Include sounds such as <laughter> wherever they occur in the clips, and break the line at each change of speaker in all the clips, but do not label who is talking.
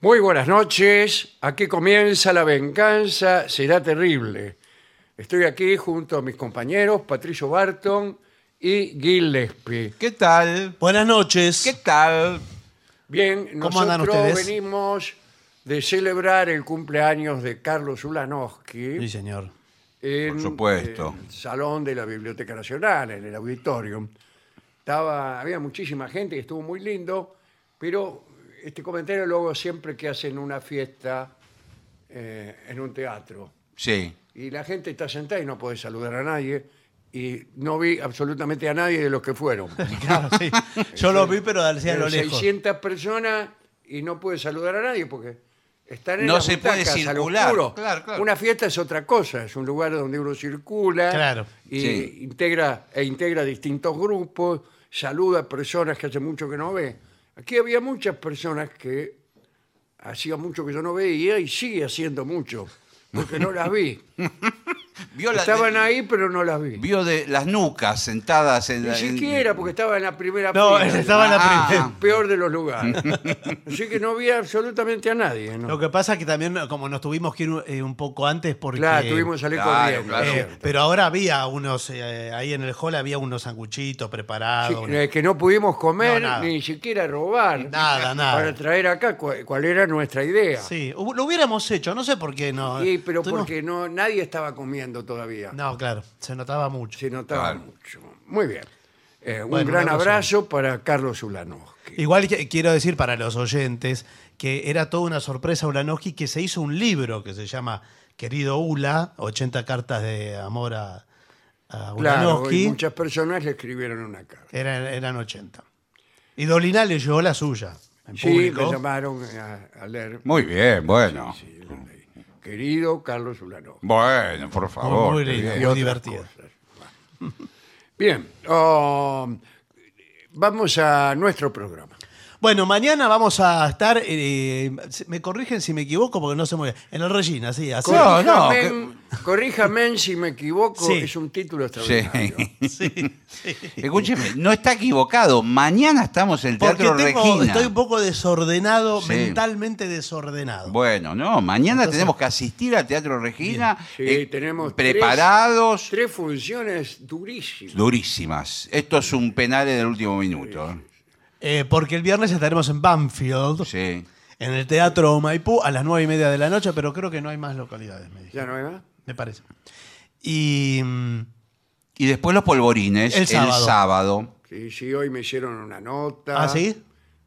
Muy buenas noches. Aquí comienza la venganza. Será terrible. Estoy aquí junto a mis compañeros Patricio Barton y Gillespie.
¿Qué tal?
Buenas noches.
¿Qué tal?
Bien, nosotros
¿Cómo andan ustedes?
venimos de celebrar el cumpleaños de Carlos Ulanowski. <laughs>
Sí, señor.
en
Por supuesto.
el salón de la Biblioteca Nacional, en el auditorium. Estaba, había muchísima gente y estuvo muy lindo, pero este comentario lo hago siempre que hacen una fiesta eh, en un teatro.
Sí.
Y la gente está sentada y no puede saludar a nadie. Y no vi absolutamente a nadie de los que fueron.
Claro, sí. Yo lo vi, pero hacía a
Pero
lo lejos.
600 personas y no puede saludar a nadie porque están en
No
las
se puede
butacas, al
circular.
oscuro.
Claro, claro.
Una fiesta es otra cosa, es un lugar donde uno circula
Claro.
y
Sí.
integra e integra distintos grupos, saluda a personas que hace mucho que no ve. Aquí había muchas personas que hacía mucho que yo no veía y sigue haciendo mucho porque no las vi.
<laughs>
Vio, la-
Estaban ahí pero no las vi.
vio de las nucas sentadas en
Ni
la- en-
siquiera porque estaba en la primera
No,
fila.
<laughs> estaba en la
Ah.
primera.
peor de los
<laughs>
lugares. Así que no vi absolutamente a nadie. ¿no?
Lo que pasa es que también, como nos tuvimos que ir eh, un poco antes, porque.
Claro, tuvimos que salir
Claro,
corriendo.
claro.
es
eh,
cierto.
pero ahora había unos, eh, ahí en el hall había unos sanguchitos preparados.
Sí,
unos-
eh, que no pudimos comer
No, nada.
ni siquiera robar <laughs>
Nada, nada.
para traer acá cu- cuál era nuestra idea.
Sí, hu- lo hubiéramos hecho, no sé por qué no.
Y, pero
Tuvimos-
porque no nadie estaba comiendo todavía.
No, claro, se notaba mucho.
Se notaba
Claro.
mucho. Muy bien. Eh, un
Bueno,
gran
una cosa.
abrazo para Carlos Ulanowski.
Igual que- quiero decir para los oyentes que era toda una sorpresa Ulanowski que se hizo un libro que se llama Querido Ula, 80 cartas de amor a, a
Claro, y
Ulanowski.
muchas personas le escribieron una carta.
Eran, eran 80. Y Dolina le llevó la suya. En
Sí, me
público.
llamaron a, a leer.
Muy bien, bueno.
Sí, lo leí. Querido Carlos Ulanowski.
Bueno, por favor.
muy
qué
lindo,
bien.
muy
otras
divertido.
cosas. Bien, oh, vamos a nuestro programa.
Bueno, mañana vamos a estar. eh, me corrigen si me equivoco porque no sé muy bien. En el Regina, sí, así.
Correcto. No, no,
Corríjame, corríjame si me equivoco,
Sí.
es un título
Sí.
extraordinario.
<laughs> Escúcheme, no está equivocado. Mañana estamos en el
Porque
Teatro
tengo-
Regina.
estoy un poco desordenado,
Sí.
mentalmente desordenado.
Bueno, no, mañana tenemos que asistir al Teatro Regina.
Sí,
eh,
tenemos tres-
preparados.
Tres funciones durísimas.
Durísimas. Esto es un penal del último minuto. ¿eh?
Eh, porque el viernes estaremos en Banfield,
Sí.
en el Teatro Maipú, a las nueve y media de la noche, pero creo que no hay más localidades, me, dijeron,
¿Ya no hay más?
me parece. Y mm,
Y después los polvorines
El
el sábado.
sábado.
Sí, sí, hoy me hicieron una nota.
¿Ah, sí?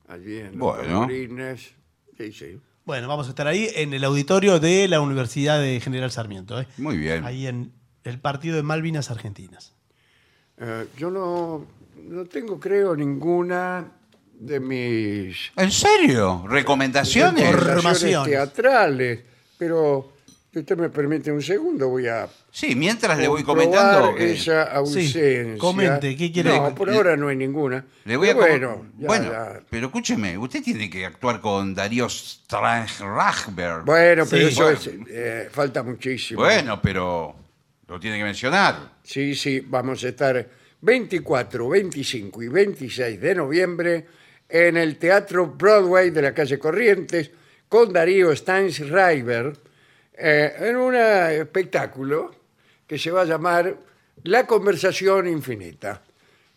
Allí en los
Bueno.
Polvorines. Sí, sí.
bueno, vamos a estar ahí en el auditorio de la Universidad de General Sarmiento, ¿eh?
Muy bien.
ahí en el partido de Malvinas Argentinas.
<laughs> Eh, yo no, no tengo, creo, ninguna de mis
¿En serio? ¿Recomendaciones?
Por-
relaciones
Formaciones.
teatrales. Pero si usted me permite un segundo, voy a
Sí, mientras le voy
comprobar
comentando. eh, que-
esa ausencia.
comente, ¿qué quiere?
No, por
Le-
ahora no hay ninguna.
Le voy a
Pero
com-
bueno, ya,
Bueno,
ya.
pero escúcheme, usted tiene que actuar con Darío Strasberg.
Bueno, pero
Sí.
eso
Bueno.
es, eh, falta muchísimo.
Bueno, pero lo tiene que mencionar.
Sí, sí, vamos a estar 24, 25 y 26 de noviembre en el Teatro Broadway de la calle Corrientes con Darío Stansriver eh, en un espectáculo que se va a llamar La conversación infinita,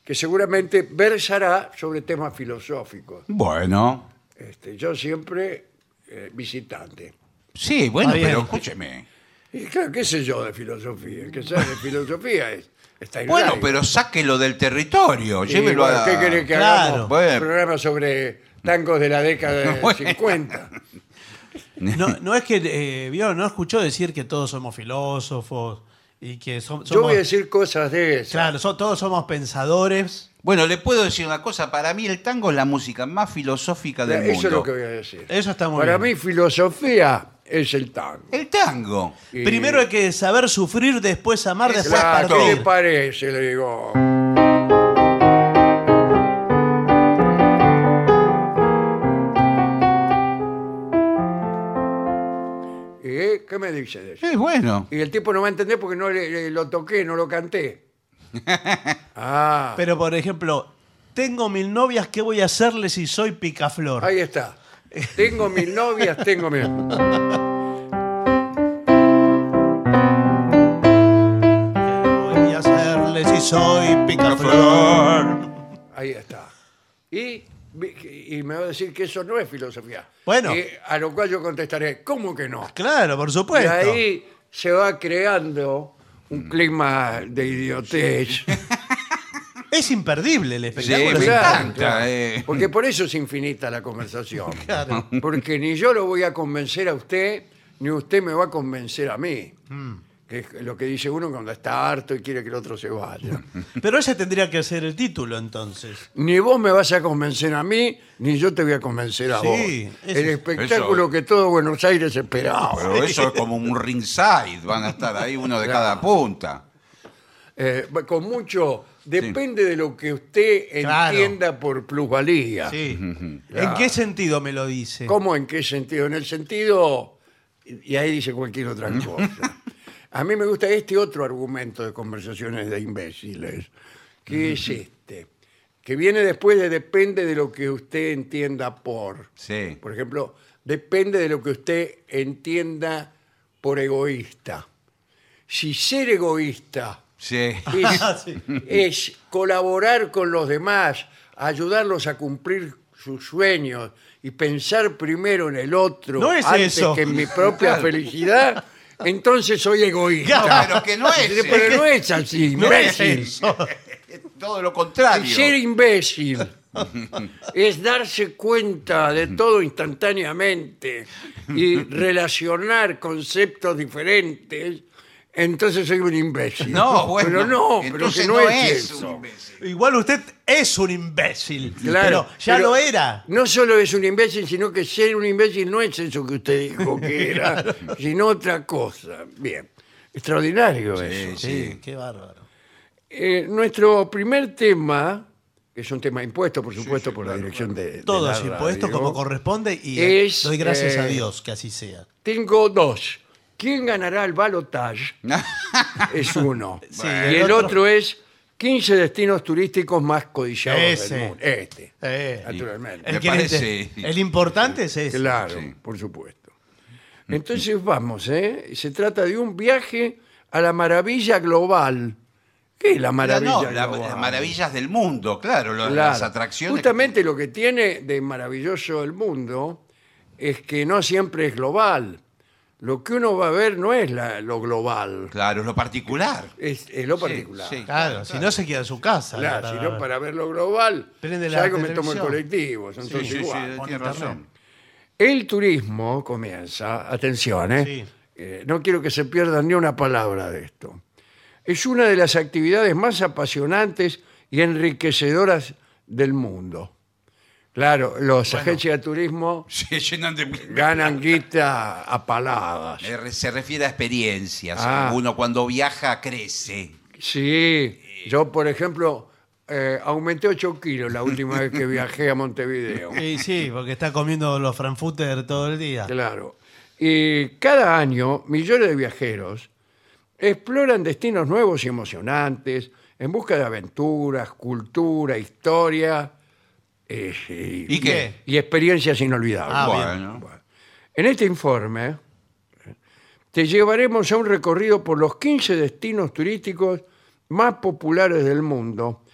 que seguramente versará sobre temas filosóficos.
Bueno.
Este, yo siempre eh, visitante.
Sí, bueno,
Ah, bien.
pero escúcheme.
Y claro, qué sé yo de filosofía, el que sabe de filosofía es Stanislavski.
Bueno, pero sáquelo del territorio,
Sí,
llévelo
bueno,
a...
¿Qué querés que
Claro.
hagamos?
Bueno.
Programa sobre tangos de la década
<laughs>
de
Bueno.
50.
No, no es que, eh, vio, no escuchó decir que todos somos filósofos y que som- somos...
Yo voy a decir cosas de esas.
Claro, so- todos somos pensadores.
Bueno, le puedo decir una cosa. Para mí el tango es la música más filosófica del
Eso
mundo.
es lo que voy a decir.
Eso está muy
Para
bien.
mí, filosofía es el tango.
El tango.
Y-
Primero hay que saber sufrir, después amar, después
Claro, ¿qué le
partir.
parece? Le digo. ¿Eh? ¿Qué me dice de eso?
Es bueno.
Y el tipo no va a entender porque no le- le- lo toqué, no lo
<laughs>
canté. Ah,
Pero, por ejemplo, tengo mil novias, ¿qué voy a hacerle si soy picaflor?
ahí está. Tengo mil novias, tengo mil...
voy a hacerle si soy picaflor?
Ahí está. Y, y me va a decir que eso no es filosofía.
Bueno.
Y a lo cual yo contestaré, ¿cómo que no?
Claro, por
Y
supuesto. Mm.
ahí se va creando un clima de idiotez. <laughs>
Es imperdible el espectáculo.
me
es
Claro,
encanta,
claro.
eh.
Porque por eso es infinita la conversación.
<laughs> Claro.
Porque ni yo lo voy a convencer a usted, ni usted me va a convencer a mí.
Mm.
Que es lo que dice uno cuando está harto y quiere que el otro se vaya.
Pero ese tendría que ser el título entonces.
Ni vos me vas a convencer a mí, ni yo te voy a convencer a
Sí,
vos.
eso-
El espectáculo que todo Buenos Aires esperaba.
Pero eso es como un ringside, van a estar ahí uno de cada punta.
Eh, con mucho, depende de lo que usted
Claro.
entienda por plusvalía. <laughs>
Sí. ¿En qué sentido me lo dice?
¿Cómo en qué sentido? En el sentido, y ahí dice cualquier otra cosa. A mí me gusta este otro argumento de conversaciones de imbéciles, que es este, que viene después de depende de lo que usted entienda por.
Sí.
Por ejemplo, depende de lo que usted entienda por egoísta. Si ser
<laughs>
egoísta
Sí.
es,
Ah, Sí.
es colaborar con los demás, ayudarlos a cumplir sus sueños y pensar primero en el otro
No es
antes
eso.
que en mi propia felicidad, entonces soy egoísta.
No, pero que no es.
Pero no es así,
pues, No es
imbécil.
eso.
Todo lo
Y ser
contrario.
imbécil es darse cuenta de todo instantáneamente y relacionar conceptos diferentes. Entonces soy un imbécil.
No, bueno.
Pero no, pero que
entonces
no, es,
un
eso.
imbécil.
Igual usted es un imbécil.
Claro,
Pero ya
pero
lo era.
No solo es un imbécil, sino que ser un imbécil no es eso que usted dijo que era, sino otra cosa. Bien, extraordinario eso.
Sí,
Sí,
sí.
qué bárbaro.
Eh, nuestro primer tema, que es un tema impuesto, por supuesto, por la dirección de, de
Todo
la
es impuesto
radio,
como corresponde y
Es,
doy gracias a
eh,
Dios que así sea.
Tengo dos. ¿Quién ganará el balotage?
<laughs>
es uno.
<laughs> Sí,
y
el
el
otro-
otro... es 15 destinos turísticos más codiciados
Ese.
del mundo. Este,
Eh,
naturalmente.
el,
Me
que le inter-
parece-
<laughs>
el importante es ese. Mm,
Claro,
Sí.
por supuesto. Entonces vamos, ¿eh? Se trata de un viaje a la maravilla global. ¿Qué es la maravilla
No, la-
global?
las maravillas del mundo, claro, lo-
Claro.
las atracciones.
Justamente lo que tiene de maravilloso el mundo es que no siempre es global. Lo que uno va a ver no es la- lo global,
Claro, lo particular.
es, es lo
Sí,
particular.
sí.
Claro, si no se queda en su casa.
Claro,
para-
si no, para ver lo global,
Prende la
salgo y me tomo el
televisión.
colectivo. son todos
Sí, sí, sí,
iguales.
tiene razón.
El turismo comienza, atención, ¿eh?
Sí.
Eh, no quiero que se pierdan ni una palabra de esto. Es una de las actividades más apasionantes y enriquecedoras del mundo. Claro, los agencias de turismo
Se <laughs> llenan de...
ganan guita a paladas.
Eh, Se refiere a experiencias.
Ah.
Uno cuando viaja crece.
Sí, yo por ejemplo eh, aumenté 8 kilos la última vez que viajé a Montevideo.
Sí, sí, porque está comiendo los frankfurter todo el día.
Claro. Y cada año, millones de viajeros exploran destinos nuevos y emocionantes en busca de aventuras, cultura, historia eh, y,
¿Y qué?
y experiencias inolvidables.
Ah,
bueno.
Bueno. En este informe eh, te llevaremos a un recorrido por los 15 destinos turísticos más populares del mundo,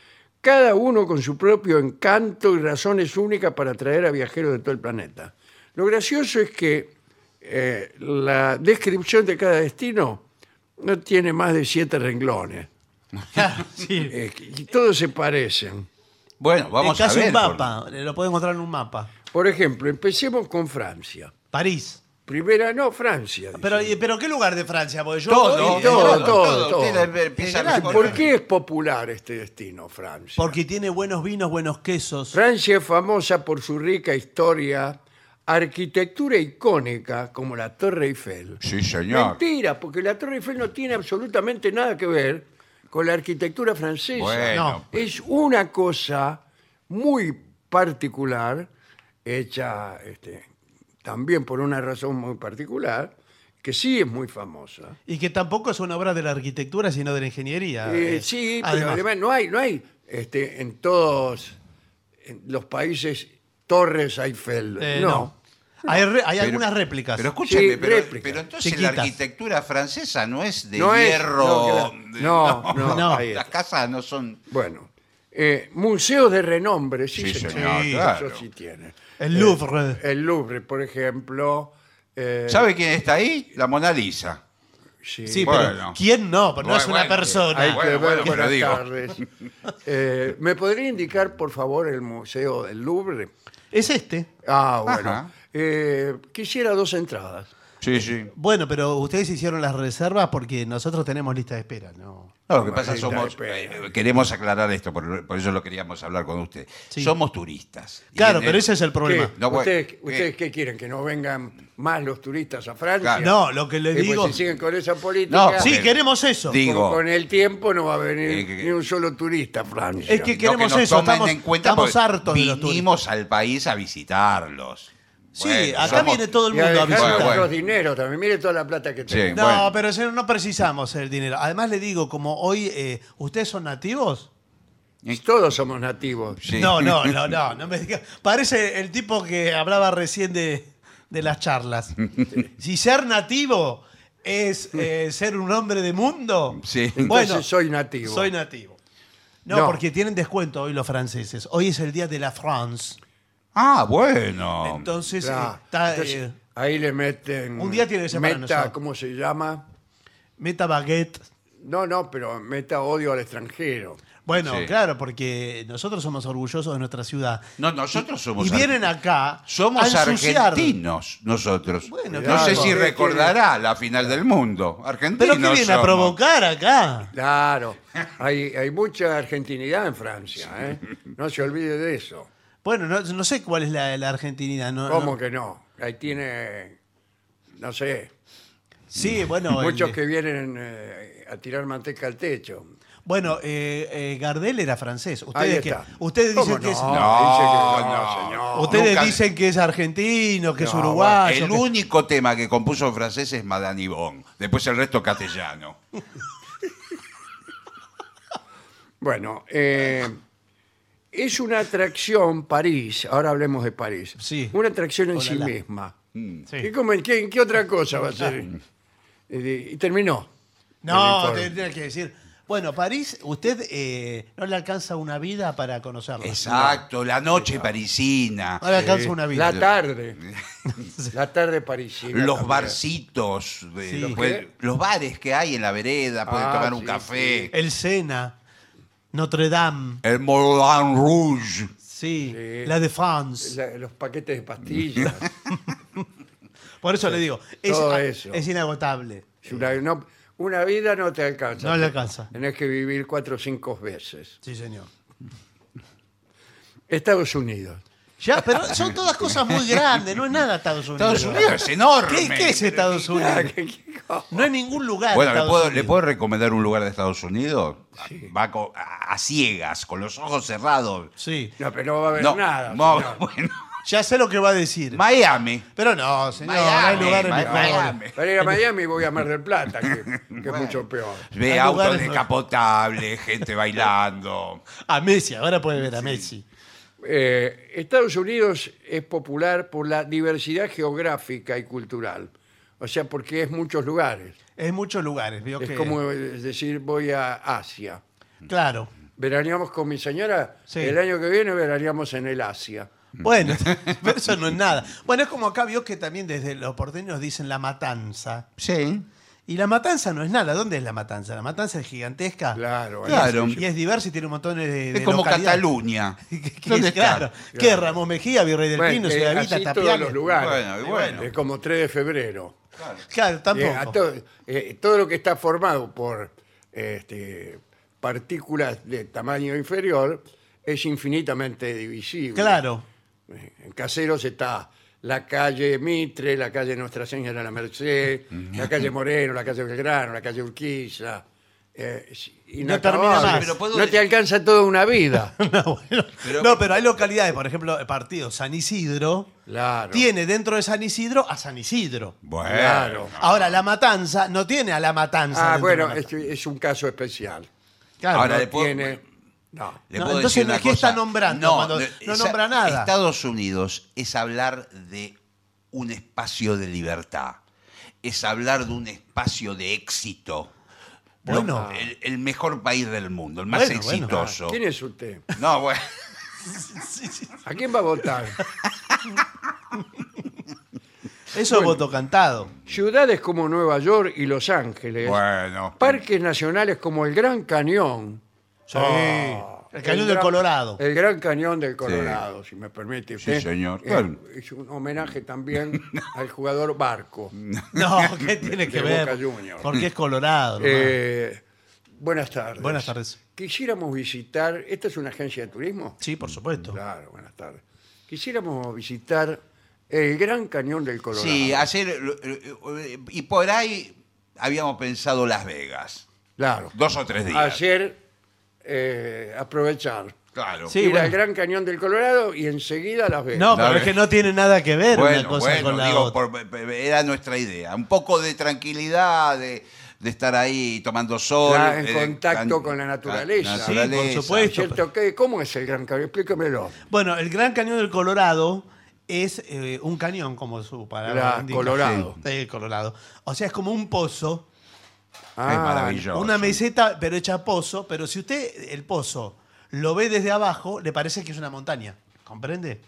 cada uno con su propio encanto y razones únicas para atraer a viajeros de todo el planeta. Lo gracioso es que eh, la descripción de cada destino no tiene más de siete renglones
Sí.
eh, y todos se parecen.
Bueno, vamos
es
a
casi
ver.
un mapa, eh, lo puede encontrar en un mapa.
Por ejemplo, empecemos con Francia.
París.
Primera, no, Francia. dice.
Pero, y- pero ¿qué lugar de Francia? Porque yo
Todo,
voy eh, y-
todo, todo, todo.
Usted ve- empieza
Es
a
grande.
¿Por qué es popular este destino, Francia?
eh, Porque tiene buenos vinos, buenos quesos.
Francia es famosa por su rica historia, arquitectura icónica como la Torre Eiffel.
Sí, señor.
Mentira, porque la Torre Eiffel no tiene absolutamente nada que ver con la arquitectura francesa.
Bueno, pues.
No.
Es una cosa muy particular, hecha este, también por una razón muy particular, que sí es muy famosa.
Y que tampoco es una obra de la arquitectura, sino de la ingeniería.
Eh,
Eh,
sí, pero
además.
además no hay, no hay este, en todos en los países torres Eiffel.
Eh,
no.
no. Hay, re- hay
Pero-
algunas réplicas.
Pero escúchame,
Sí,
pero,
réplica.
pero entonces
Chiquitas.
la arquitectura francesa no es de
No es,
hierro.
no,
de-
no, no,
no.
ahí
Las
está.
casas no son.
Bueno, eh, museos de renombre, sí,
Sí,
señor.
señor,
Sí,
claro.
Eso sí tiene.
el Louvre.
El Louvre, por ejemplo. eh,
¿Sabe quién está ahí? La Mona Lisa.
sí.
Sí,
Bueno.
pero ¿quién no? Pero no es
Bueno,
una
bueno,
persona.
Hay
Bueno,
que ver,
bueno, pero
buenas
digo.
tardes. Eh, ¿Me podría indicar, por favor, el Museo del Louvre?
Es este.
Ah, bueno.
Ajá.
Eh, quisiera dos entradas.
Sí, sí.
Bueno, pero ustedes hicieron las reservas porque nosotros tenemos lista de espera, ¿no?
No, lo que pasa
Ahí está,
somos
espera.
eh, queremos aclarar esto, por, por eso lo queríamos hablar con usted.
Sí.
Somos turistas. Y
Claro,
en
pero ese es el problema.
¿Qué?
No, bueno,
¿Ustedes,
¿qué?
ustedes qué quieren? ¿Que no vengan más los turistas a Francia?
Claro.
No, lo que le
Eh, pues,
digo.
si siguen con esa política,
No,
Sí,
Pero-
queremos eso.
Di-
con-
digo-
con el tiempo no va a venir
Eh, que-
ni un solo turista a Francia.
Es que
no
queremos
nos
eso,
tomen
estamos-
en cuenta
estamos
porque
hartos de los
Vinimos al país a visitarlos.
Sí,
Bueno,
acá
somos-
viene todo el
y a
mundo a
dejar
visitar.
nuestros
Bueno, bueno.
dineros también. Mire toda la plata que
Sí.
tenemos.
No,
Bueno.
pero señor, no precisamos el dinero. Además le digo, como hoy, eh, ¿ustedes son nativos?
Y Todos somos nativos.
Sí.
No,
<laughs>
no, no, no, no me diga. Parece el tipo que hablaba recién de, de
<laughs>
las charlas. Si ser nativo es eh, ser un hombre de mundo,
Sí.
Entonces
bueno,
soy nativo.
soy nativo. No,
No.
porque tienen descuento hoy los franceses. Hoy es el día de la France.
Ah, bueno.
Entonces,
Claro.
eh, está,
Entonces,
eh,
ahí le meten.
un día tiene que ser para
Meta,
nosotros.
¿cómo se llama?
meta baguette.
No, no, pero meta odio al extranjero.
Bueno,
Sí.
claro, porque nosotros somos orgullosos de nuestra ciudad.
No, nosotros somos
Y vienen acá
Somos
a ensuciar.
argentinos nosotros.
Bueno,
no sé
claro.
si recordará la final del mundo. Argentinos.
¿Pero qué vienen a
somos.
provocar acá?
Claro, hay, hay mucha argentinidad en Francia, ¿eh? No se olvide de eso.
Bueno, no, no sé cuál es la, la argentinidad. No,
¿Cómo
no-
que no? Ahí tiene, no sé,
Sí,
<laughs>
bueno. el-
muchos que vienen eh, a tirar manteca al techo.
Bueno, eh, eh, Gardel era francés.
Ahí
Ustedes, que,
está.
ustedes
¿Cómo
dicen que es.
no?
No,
Dice que
no,
señor.
Ustedes
Nunca-
dicen que es argentino, que es
No, bueno,
uruguayo.
El
que-
único tema que compuso en francés es Madame Yvonne. Después el resto castellano.
Bueno, eh, es una atracción París, ahora hablemos de París.
Sí.
Una atracción en sí
Olala.
misma.
Sí.
¿Qué, comen- qué- qué otra cosa va a
<laughs>
ser? Eh, y terminó.
No,
el informe.
tendría que decir. Bueno, París, usted eh, no le alcanza una vida para conocerlo.
Exacto, la noche parisina.
No le alcanza una vida.
La
<laughs>
tarde. La tarde parisina.
Los
también.
barcitos, de-
Sí.
los, puede- los bares que hay en la vereda, pueden
Ah,
tomar un
sí,
café.
El Sena, Notre Dame,
El Moulin Rouge.
sí,
Sí.
la de France.
La- los paquetes de pastillas.
Por eso le digo, es,
Todo eso.
es inagotable.
Es una, no- una vida no te alcanza.
No le alcanza.
Tenés que vivir cuatro o cinco veces.
Sí, señor.
Estados Unidos.
Ya, pero son todas cosas muy grandes, no es nada Estados Unidos.
Estados Unidos es enorme.
¿Qué, qué es
<laughs>
Estados Unidos? No hay ningún lugar.
Bueno,
en
¿le
Estados
puedo,
Unidos.
¿le puedo recomendar un lugar de Estados Unidos? Va co- a, a ciegas, con los ojos cerrados.
Sí,
No, pero no va a haber
No,
nada.
no,
señor.
<laughs> bueno.
ya sé lo que va a decir.
Miami.
Pero no, señor,
Miami,
hay lugares
Miami.
mejores.
Para ir a Miami voy a Mar del Plata, que, que es mucho peor.
Ve
Hay
autos
lugares- <laughs>
descapotables, gente bailando.
A Messi, ahora puede ver a Messi.
Eh, Estados Unidos es popular por la diversidad geográfica y cultural. O sea, porque es muchos lugares.
Es muchos lugares, vio
Es
que-
como eh, decir, voy a Asia.
Claro.
Veraneamos con mi señora.
Sí.
El año que viene veraneamos en el Asia. <laughs>
Bueno, <laughs> pero eso no es nada. Bueno, es como acá vio que también desde los porteños dicen la matanza.
Sí.
Y la matanza no es nada. ¿Dónde es la matanza? La matanza es gigantesca.
Claro, ahí
Claro.
Y es diversa y tiene un montón de. de
Es como
localidades. <laughs>
Cataluña.
Que- que-
¿Dónde está?
claro. ¿Qué? Ramón Mejía, Virrey del
Bueno,
Pino,
eh,
Ciudad
así
Vista,
todos
Tapiales.
los lugares.
Bueno, y bueno.
Es como 3 de febrero.
Claro,
Eh, a
tampoco.
to- eh, todo lo que está formado por este, partículas de tamaño inferior es infinitamente divisible.
Claro. <laughs>
Eh, En Caseros está la calle Mitre, la calle Nuestra Señora de la Merced, la calle Moreno, la calle Belgrano, la calle Urquiza. eh, es inacabable.
termina más.
Pero puedo
No
de-
te alcanza toda una vida.
No, bueno.
Pero-
no, pero hay localidades, por ejemplo, el partido San Isidro
Claro.
tiene dentro de San Isidro a San Isidro.
Bueno.
Claro.
Ahora, La Matanza no tiene a La Matanza.
Ah,
dentro de
bueno, Ah,
La
es,
Matanza.
es un caso especial.
Claro,
Ahora,
no.
de- Después-
Tiene. No.
¿Le
No,
puedo
entonces,
decir una
¿qué está
cosa?
nombrando cuando no
esa-
nombra nada?
Estados Unidos es hablar de un espacio de libertad, es hablar de un espacio de éxito. Lo-
Bueno.
el, el mejor país del mundo, el más
Bueno, bueno.
exitoso.
¿Quién es usted?
No, <laughs> bueno.
¿A quién va a
<laughs>
votar?
Eso es voto cantado.
Ciudades como Nueva York y Los Ángeles,
Bueno.
parques nacionales como el Gran Cañón, Ah.
Sí. el cañón
El
del
gran- eh,
Colorado.
El Gran Cañón del Colorado, si me permite usted.
señor.
Eh,
Bueno.
Es un homenaje
<laughs>
también al jugador Barco. <laughs>
No, ¿qué tiene que
De
ver?
Boca Juniors.
Porque es Colorado. nomás.
Eh, buenas tardes.
Buenas tardes.
Quisiéramos visitar, ¿esta es una agencia de turismo?
sí, por supuesto.
Claro, buenas tardes. Quisiéramos visitar el Gran Cañón del Colorado.
Sí, ayer. eh, eh, Y por ahí habíamos pensado Las Vegas.
claro.
Dos o tres días.
Ayer eh, aprovechar.
Claro.
Sí,
ir
bueno.
al Gran Cañón del Colorado y enseguida a Las Vegas.
No,
Dale.
pero es que no tiene nada que ver una
Bueno,
cosa
bueno,
con la
digo,
otra.
por- pe- pe- era nuestra idea. Un poco de tranquilidad, de, de estar ahí tomando sol.
Ah, en
eh,
contacto
tan-
con la
tan-
naturaleza. Sí, por
naturaleza.
supuesto.
¿Cierto? ¿Qué- ¿Cómo es el Gran Cañón? Explíquemelo.
Bueno, el Gran Cañón del Colorado es eh, un cañón, como su palabra
La
indica.
Colorado.
Sí, el Colorado. O sea, es como un pozo,
Ah,
maravilloso. Yo,
una
sí.
meseta, pero hecha pozo. Pero si usted el pozo lo ve desde abajo, le parece que es una montaña. ¿Comprende?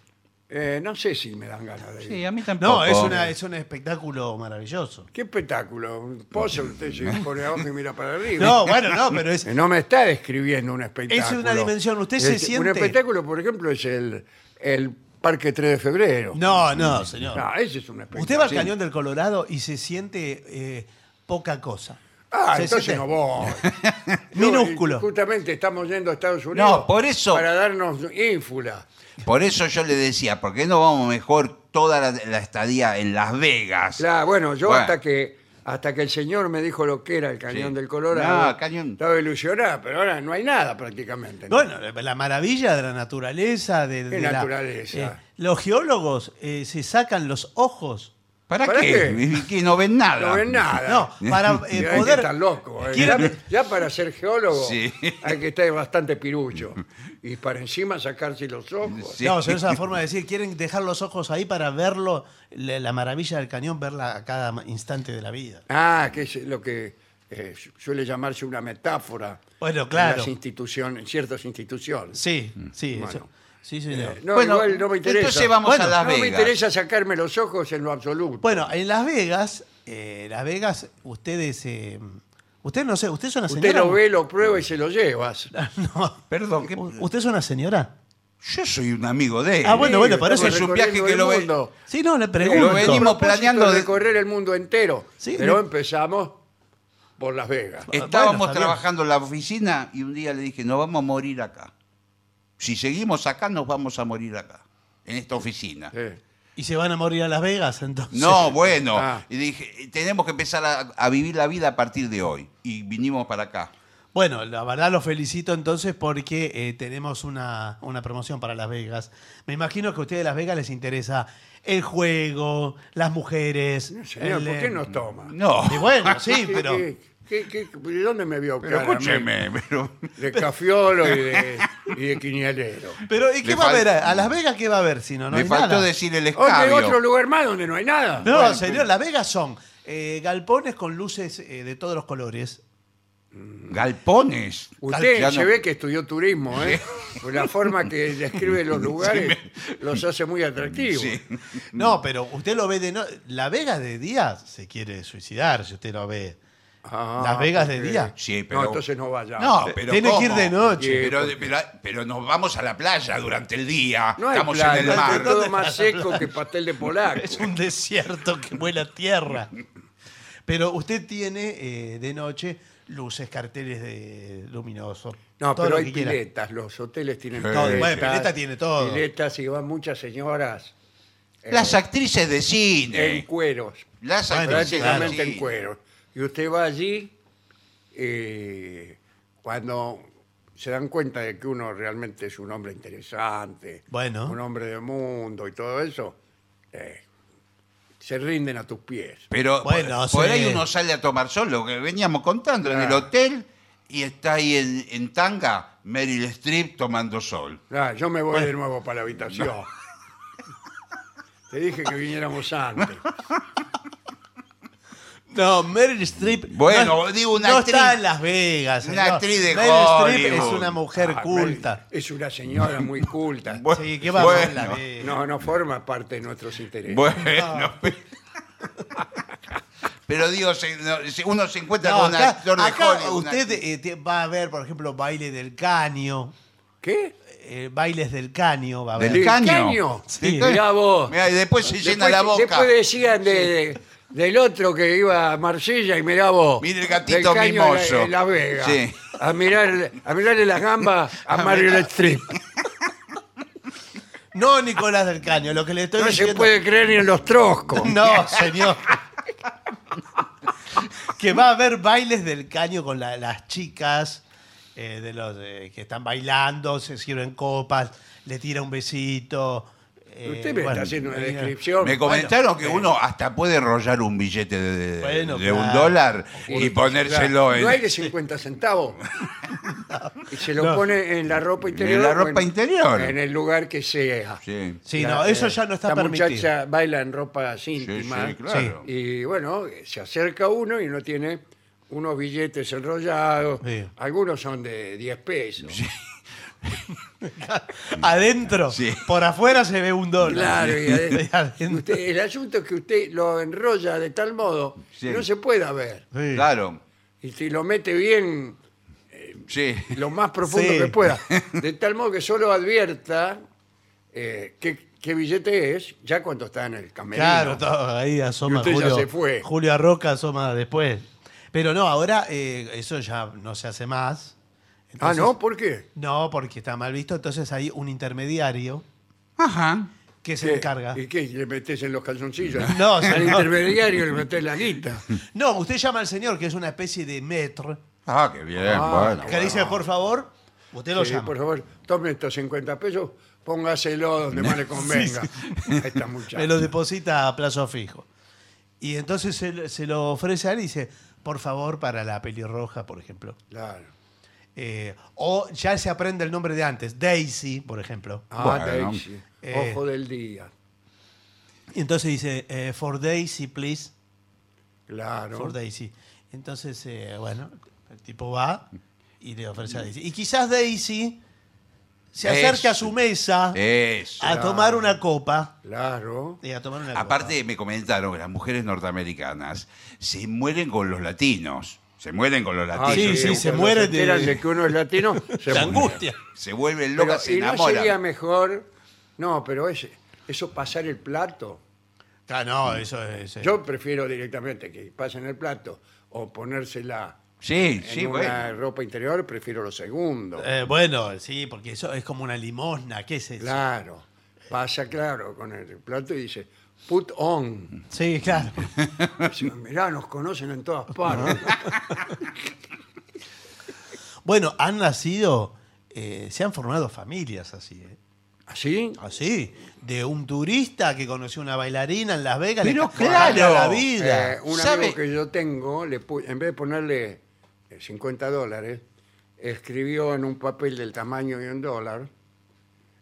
eh, no sé si me dan ganas de ir.
Sí, a mí tampoco.
No, es, una, es un espectáculo maravilloso.
¿Qué espectáculo? Un pozo usted se pone abajo y mira para arriba.
No, bueno, no, pero es.
Eh, No me está describiendo un espectáculo. Este,
Es una dimensión, usted se
Un
siente-
espectáculo, por ejemplo, es el, el Parque 3 de Febrero.
No, no,
<laughs>
señor.
No, ese es un espectáculo.
Usted va al
Sí.
Cañón del Colorado y se siente eh, poca cosa.
Ah,
Se
entonces no
<laughs>
siente
voy.
Minúsculo.
No, y Justamente estamos yendo a Estados Unidos.
No, por eso-
Para darnos ínfula.
Por eso yo le decía, ¿por qué no vamos mejor toda la, la estadía en Las Vegas?
La- bueno, yo
Bueno.
hasta que hasta que el señor me dijo lo que era el cañón
Sí.
del Colorado.
No, cañón.
Estaba ilusionado, pero ahora no hay nada prácticamente. ¿no?
Bueno, la maravilla de la naturaleza. De, de la-
naturaleza?
eh, los geólogos eh, se sacan los ojos.
¿Para,
¿Para
qué? Que no ven nada.
No ven nada. <laughs>
No, para eh,
Hay que
poder.
estar loco. eh.
Quiero-
Ya, ya para ser geólogo
Sí.
hay que estar bastante pirucho. Y para encima sacarse
<laughs>
los ojos.
Sí.
No, señor, esa es la forma de decir, quieren dejar los ojos ahí para verlo, la, la maravilla del cañón, verla a cada instante de la vida.
Ah, que es lo que eh, su- suele llamarse una metáfora.
Bueno,
en
claro.
las instituciones, en ciertas instituciones.
Sí, sí,
Mm. Bueno. Eh,
eso- sí, señor.
No,
Bueno,
igual no me interesa.
entonces vamos
Bueno,
a Las
no
Vegas.
me interesa sacarme los ojos en lo absoluto.
Bueno, en Las Vegas, eh, Las Vegas, ustedes, eh, usted no sé, usted es una
Usted
señora.
lo ve, lo prueba y se lo llevas.
<laughs> No.
Perdón, ¿qué-
U- ¿Usted es una señora?
yo soy un amigo de él.
Ah, bueno, bueno, por eso
es un viaje que lo ve.
vemos.
Sí, no, le pregunto.
venimos- planeando de-
de correr el mundo entero.
Sí,
pero
le-
empezamos por Las Vegas.
Eh,
Estábamos
Bueno, está bien.
trabajando en la oficina y un día le dije, nos vamos a morir acá. Si seguimos acá, nos vamos a morir acá, en esta oficina.
Sí.
¿Y se van a morir a Las Vegas entonces?
No, bueno.
Ah.
Y dije, "Eh, tenemos que empezar a, a vivir la vida a partir de hoy. Y vinimos para acá.
Bueno, la verdad los felicito entonces porque eh, tenemos una, una promoción para Las Vegas. Me imagino que a ustedes de Las Vegas les interesa el juego, las mujeres.
Señor,
el,
¿por qué
eh,
nos toma?
No.
Y
<laughs>
bueno,
<laughs>
sí,
¿Qué-
pero.
qué- qué- qué- ¿De dónde me vio?
Pero
cara a mí?
escúcheme, pero.
De cafiolo y de, y de quinielero.
Pero ¿y qué
Le
va a
fal-
haber? ¿A Las Vegas qué va a haber si no? No
me
hay
faltó
nada.
decir el
Oye,
escabio.
otro lugar más donde no hay
Ah,
nada.
No,
Bueno,
pues-
señor, Las Vegas son eh, galpones con luces eh, de todos los colores.
Galpones.
Usted
Ya
se
no-
ve que estudió turismo, ¿eh? Por la forma que describe los lugares los hace muy atractivos.
Sí. Mm.
No, pero usted lo ve de no... Las Vegas de día se quiere suicidar si usted lo ve.
Ah,
Las Vegas de
ok.
día.
Sí, pero.
No, entonces no vaya.
No, tiene que ir de noche.
Sí,
Pero, pero, pero nos vamos a la playa durante el día.
No hay
Estamos
playa,
en el mar.
está todo más seco que pastel de polaco.
Es
<laughs>
un desierto que huele a tierra. Pero usted tiene eh, de noche luces, carteles de luminosos.
No,
todo
pero
lo
hay
que quiera.
piletas, los hoteles tienen
Sí.
piletas.
Bueno,
pileta tiene todo.
Piletas y van muchas señoras
Las actrices de
en
cine.
cueros.
Las
Bueno,
actrices de
claro.
prácticamente
cine.
en cuero. Y usted va allí, eh, cuando se dan cuenta de que uno realmente es un hombre interesante,
Bueno.
un hombre de mundo y todo eso, eh, se rinden a tus pies.
Pero
Bueno,
por, por
sí.
ahí uno sale a tomar sol, lo que veníamos contando, en el
Claro.
hotel y está ahí en, en tanga Meryl Streep tomando sol.
Ah, yo me voy
Bueno.
de nuevo para la habitación. <laughs> Te dije que viniéramos antes.
No, Meryl Streep.
Bueno,
no,
digo, una
no
actriz-
está en Las Vegas.
una
señor.
actriz de
Meryl Streep es
Hollywood.
una mujer
Ah,
culta.
Es una señora muy
<laughs>
culta.
Bueno,
Sí, ¿qué va a Eh, hacer en Las
bueno,
<laughs>
Vegas?
No, no forma parte de nuestros intereses.
Bueno, pero- <laughs> pero digo, se- no, se- uno se encuentra
No,
con un
acá,
actor de
acá
Hollywood, una-
usted eh, te- va a ver, por ejemplo, baile del caño.
¿Qué?
eh, bailes del caño va a
¿Del
haber.
caño?
Sí.
Entonces-
Mirá vos.
Mirá, y después se llena
Después-
la boca.
Después decían de- de- del otro que iba a Marsella y mirá vos.
Mira el gatito
del caño
mimoso.
En La, en La Vega.
Sí.
A, mirar, a mirarle las gambas
<laughs>
a Mario Streep.
No, Nicolás del Caño, lo que le estoy
No se
diciendo.
puede creer ni en los troscos.
No, señor. que va a haber bailes del caño con la- las chicas eh, de los eh, que están bailando, se sirven copas, le tira un besito. eh,
Usted me
bueno,
está haciendo una
eh,
descripción.
Me comentaron
Bueno, eh.
que uno hasta puede enrollar un billete de, de-
Bueno,
de un
claro.
dólar y
eh,
ponérselo
claro,
en,
No hay de 50 centavos.
<laughs>
Y se lo
No.
pone en la ropa interior.
En la
o
ropa interior.
En el lugar que sea.
Sí,
Sí,
La-
no, eso
eh,
ya no está
la
permitido.
muchacha baila en ropas
sí, sí,
íntimas.
claro.
Y bueno, eh, se acerca uno y uno tiene unos billetes enrollados.
Sí.
Algunos son de 10 pesos.
Adentro,
Sí.
por afuera se ve un dólar.
Claro,
<laughs>
y ade-
adentro.
usted- el asunto es que usted lo enrolla de tal modo
Sí.
que no se pueda ver.
Sí.
Claro.
Y si lo mete bien,
Sí.
lo más profundo
Sí.
que
<laughs>
pueda. De tal modo que solo advierta eh, qué, qué billete es ya cuando está en el camerino.
Claro, todo, ahí asoma
Y usted ya
Julio.
se fue.
Julio Arroca asoma después. Pero no, ahora eh, eso ya no se hace más.
ah,
Entonces-
¿no? ¿Por qué?
No, porque está mal visto. Entonces hay un intermediario
Ajá.
que se
¿Qué?
encarga.
¿Y qué? ¿Le metes en los calzoncillos?
<laughs> No,
Al
señor.
intermediario le metes la guita.
No, usted llama al señor, que es una especie de maître,
Ah, qué bien,
Ah,
bueno.
que le dice, por favor, usted lo
Sí,
llama.
por favor, tome estos 50 pesos, póngaselo donde
<laughs>
más le convenga. A esta muchacha.
Me lo deposita a plazo fijo. Y entonces se, se lo ofrece a él y dice, por favor, para la pelirroja, por ejemplo.
Claro.
Eh, o ya se aprende el nombre de antes, Daisy, por ejemplo.
Ah,
Bueno.
Daisy,
Eh.
Ojo del día.
Y entonces dice, eh, for Daisy, please.
Claro.
For Daisy. Entonces, eh, bueno, el tipo va y le ofrece a Daisy. Y quizás Daisy se acerca a su mesa
Eso.
Ah,
a tomar una copa.
Claro.
eh, a tomar una copa.
Aparte, me comentaron que las mujeres norteamericanas se mueren con los latinos. Se mueren con
Ah,
los latinos.
sí, sí,
cuando
se muere de-
enteran de que uno es latino,
<laughs>
se
la
muere.
angustia.
Se vuelven
Pero,
locas, se
y no sería
enamoran.
mejor. No, pero ese- eso pasar el plato.
Ah, no, eso es. eh,
Yo prefiero directamente que pasen el plato o ponérsela
Sí,
en
sí,
una
bueno.
ropa interior, prefiero lo segundo.
eh, bueno, sí, porque eso es como una limosna. ¿Qué es eso?
Claro. Pasa claro con el plato y dice, put on.
Sí, claro.
Dice, Mirá, nos conocen en todas partes.
Bueno, han nacido, eh, se han formado familias así, ¿eh?
¿Así?
Así, de un turista que conoció una bailarina en Las Vegas,
Pero
le cambió la
claro,
vida.
Eh, un
¿Sabe?
amigo que yo tengo, le pu- en vez de ponerle eh, 50 dólares, escribió en un papel del tamaño de un dólar,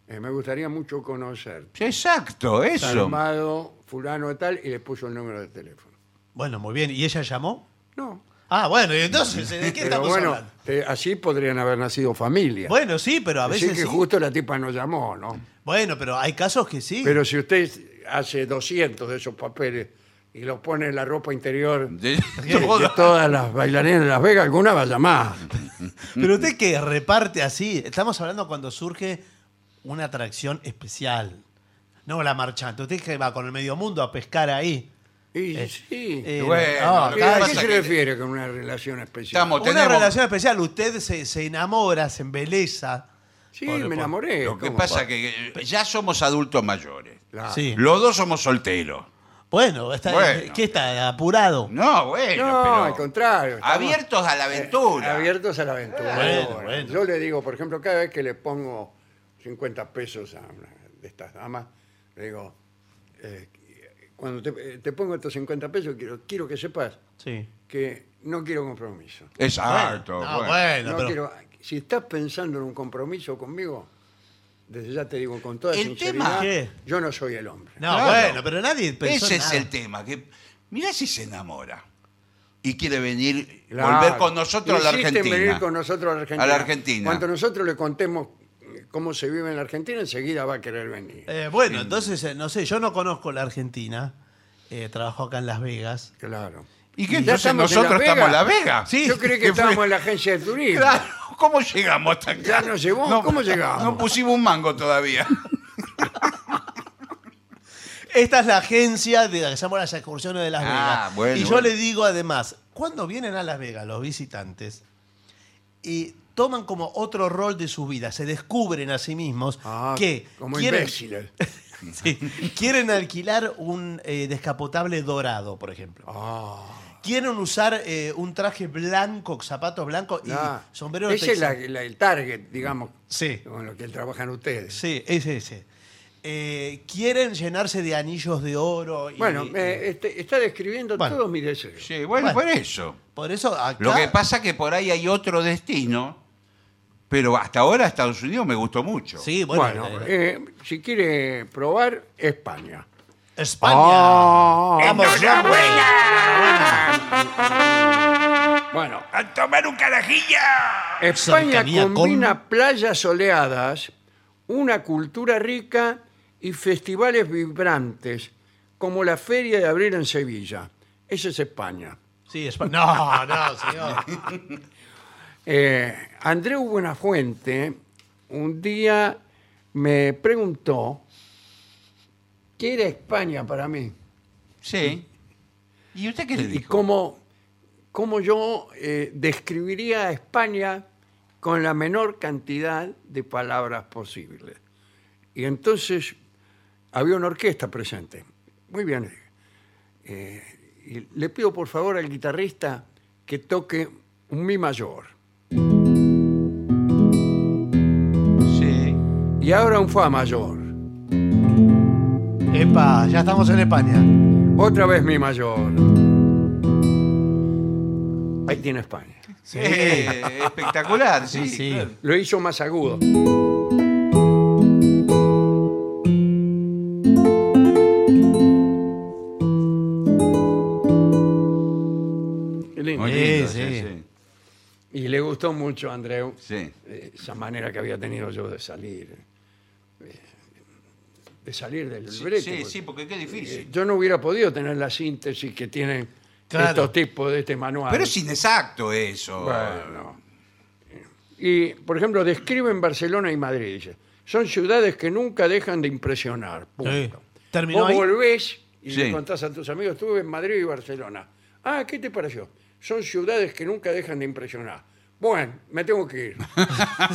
eh, me gustaría mucho conocer.
Exacto, eso.
Armado, fulano de tal, y le puso el número de teléfono.
Bueno, muy bien. ¿Y ella llamó?
No.
Ah, bueno, y entonces, ¿de qué
<laughs> Pero
estamos
bueno,
hablando?
te- así podrían haber nacido familia.
Bueno, sí, pero a
Así
veces.
que
sí.
justo la tipa nos llamó, ¿no?
Bueno, pero hay casos que sí.
Pero si usted hace 200 de esos papeles y los pone en la ropa interior de,
De- <laughs>
de todas las bailarinas de Las Vegas, alguna va a llamar.
Pero usted que reparte así, estamos hablando cuando surge una atracción especial. No la marchante. Usted que va con el medio mundo a pescar ahí.
Y
Eh,
sí.
eh,
bueno,
no,
lo
¿Y
que
acá
¿A
pasa
qué
es
se
que-
refiere con una relación especial?
Estamos-
una
tenemos-
relación especial. Usted se, se enamora, se embeleza.
Sí,
Por- por-
me enamoré.
Lo que
¿Cómo?
pasa es que eh, ya somos adultos mayores.
Claro.
Sí.
Los dos somos solteros.
Bueno, está,
Bueno.
¿qué está? ¿Apurado?
No, bueno,
No,
pero
al contrario. estamos eh,
abiertos a la aventura.
Abiertos a la aventura.
Bueno,
Ahora,
bueno.
Yo le digo, por ejemplo, cada vez que le pongo 50 pesos a una de estas damas, le digo, eh, cuando te, te pongo estos 50 pesos, quiero, quiero que sepas
Sí.
que no quiero compromiso.
Exacto.
Bueno, no,
bueno.
bueno,
No
pero-
quiero- si estás pensando en un compromiso conmigo, desde ya te digo con toda
El tema-
sinceridad,
¿Qué?
yo no soy el hombre.
No,
Claro.
bueno, pero nadie pensó
Ese es
nada.
el tema. Que, mirá si se enamora y quiere venir,
Claro.
volver con nosotros a la
Insiste en
Argentina.
venir con nosotros a la Argentina.
A la Argentina.
Cuando nosotros le contemos eh, cómo se vive en la Argentina, enseguida va a querer venir.
Eh, bueno, entonces, eh, no sé, yo no conozco la Argentina. Eh, trabajo acá en Las Vegas.
Claro.
¿Y qué?
Ya
Entonces
estamos en
nosotros
Las
estamos en La
Vegas.
Vega.
Sí,
Yo creí que
¿Qué fue?
estábamos en
<laughs>
la agencia de turismo.
Claro, ¿cómo llegamos hasta acá?
Ya nos llevó, ¿cómo llegamos?
No pusimos un mango
<laughs>
todavía.
Esta es la agencia de la que se llama las excursiones de Las
Ah,
Vegas.
bueno,
y yo
bueno.
le digo además, cuando vienen a Las Vegas los visitantes y toman como otro rol de su vida, se descubren a sí mismos
Ah,
que
como
quieren,
imbéciles.
<laughs> sí, quieren alquilar un eh, descapotable dorado, por ejemplo.
Ah.
Quieren usar eh, un traje blanco, zapatos blancos y
Ah,
sombrero
Ese es la-
texano.
la- el target, digamos,
Sí.
con lo que trabajan ustedes.
Sí, es ese. Eh, quieren llenarse de anillos de oro. y-
Bueno,
y-
eh, este- está describiendo
Bueno.
todos mis deseos.
Sí, bueno,
Bueno.
por eso.
por eso acá...
Lo que pasa que por ahí hay otro destino, pero hasta ahora Estados Unidos me gustó mucho.
Sí, bueno.
Bueno,
eh,
eh, si quiere probar, España.
España.
Ah,
Vamos.
Bueno,
¡A tomar un carajilla!
España
Cercanía con-
combina playas soleadas, una cultura rica y festivales vibrantes, como la Feria de Abril en Sevilla. Esa es España.
Sí, España. No, no, señor.
Eh, Andreu Buenafuente un día me preguntó qué era España para mí
Sí. ¿Y usted qué le
y
dijo?
cómo, cómo yo eh, describiría a España con la menor cantidad de palabras posibles. Y entonces había una orquesta presente. Muy bien. Eh, y le pido por favor al guitarrista que toque un mi mayor.
Sí.
Y ahora un fa mayor.
Epa, ya estamos en España.
Otra vez mi mayor. Ahí tiene España.
Sí.
Eh, <laughs> espectacular, sí.
Sí, sí.
claro.
Lo hizo más agudo. Qué lindo.
Muy
Sí,
lindo,
sí.
sí,
Y le gustó mucho a Andreu
sí, sí.
eh, esa manera que había tenido yo de salir. eh, De salir del
Sí,
brete.
sí,
porque-
sí, porque qué
Eh,
difícil.
Yo no hubiera podido tener la síntesis que tienen
Claro.
estos tipos de este manual.
Pero es inexacto eso.
Bueno. Y, por ejemplo, describen Barcelona y Madrid. dice, Son ciudades que nunca dejan de impresionar. punto".
Sí. Terminó
Vos
ahí.
volvés y le
Sí.
contás a tus amigos, estuve en Madrid y Barcelona. Ah, ¿qué te pareció? Son ciudades que nunca dejan de impresionar. Bueno, me tengo que ir.
<laughs>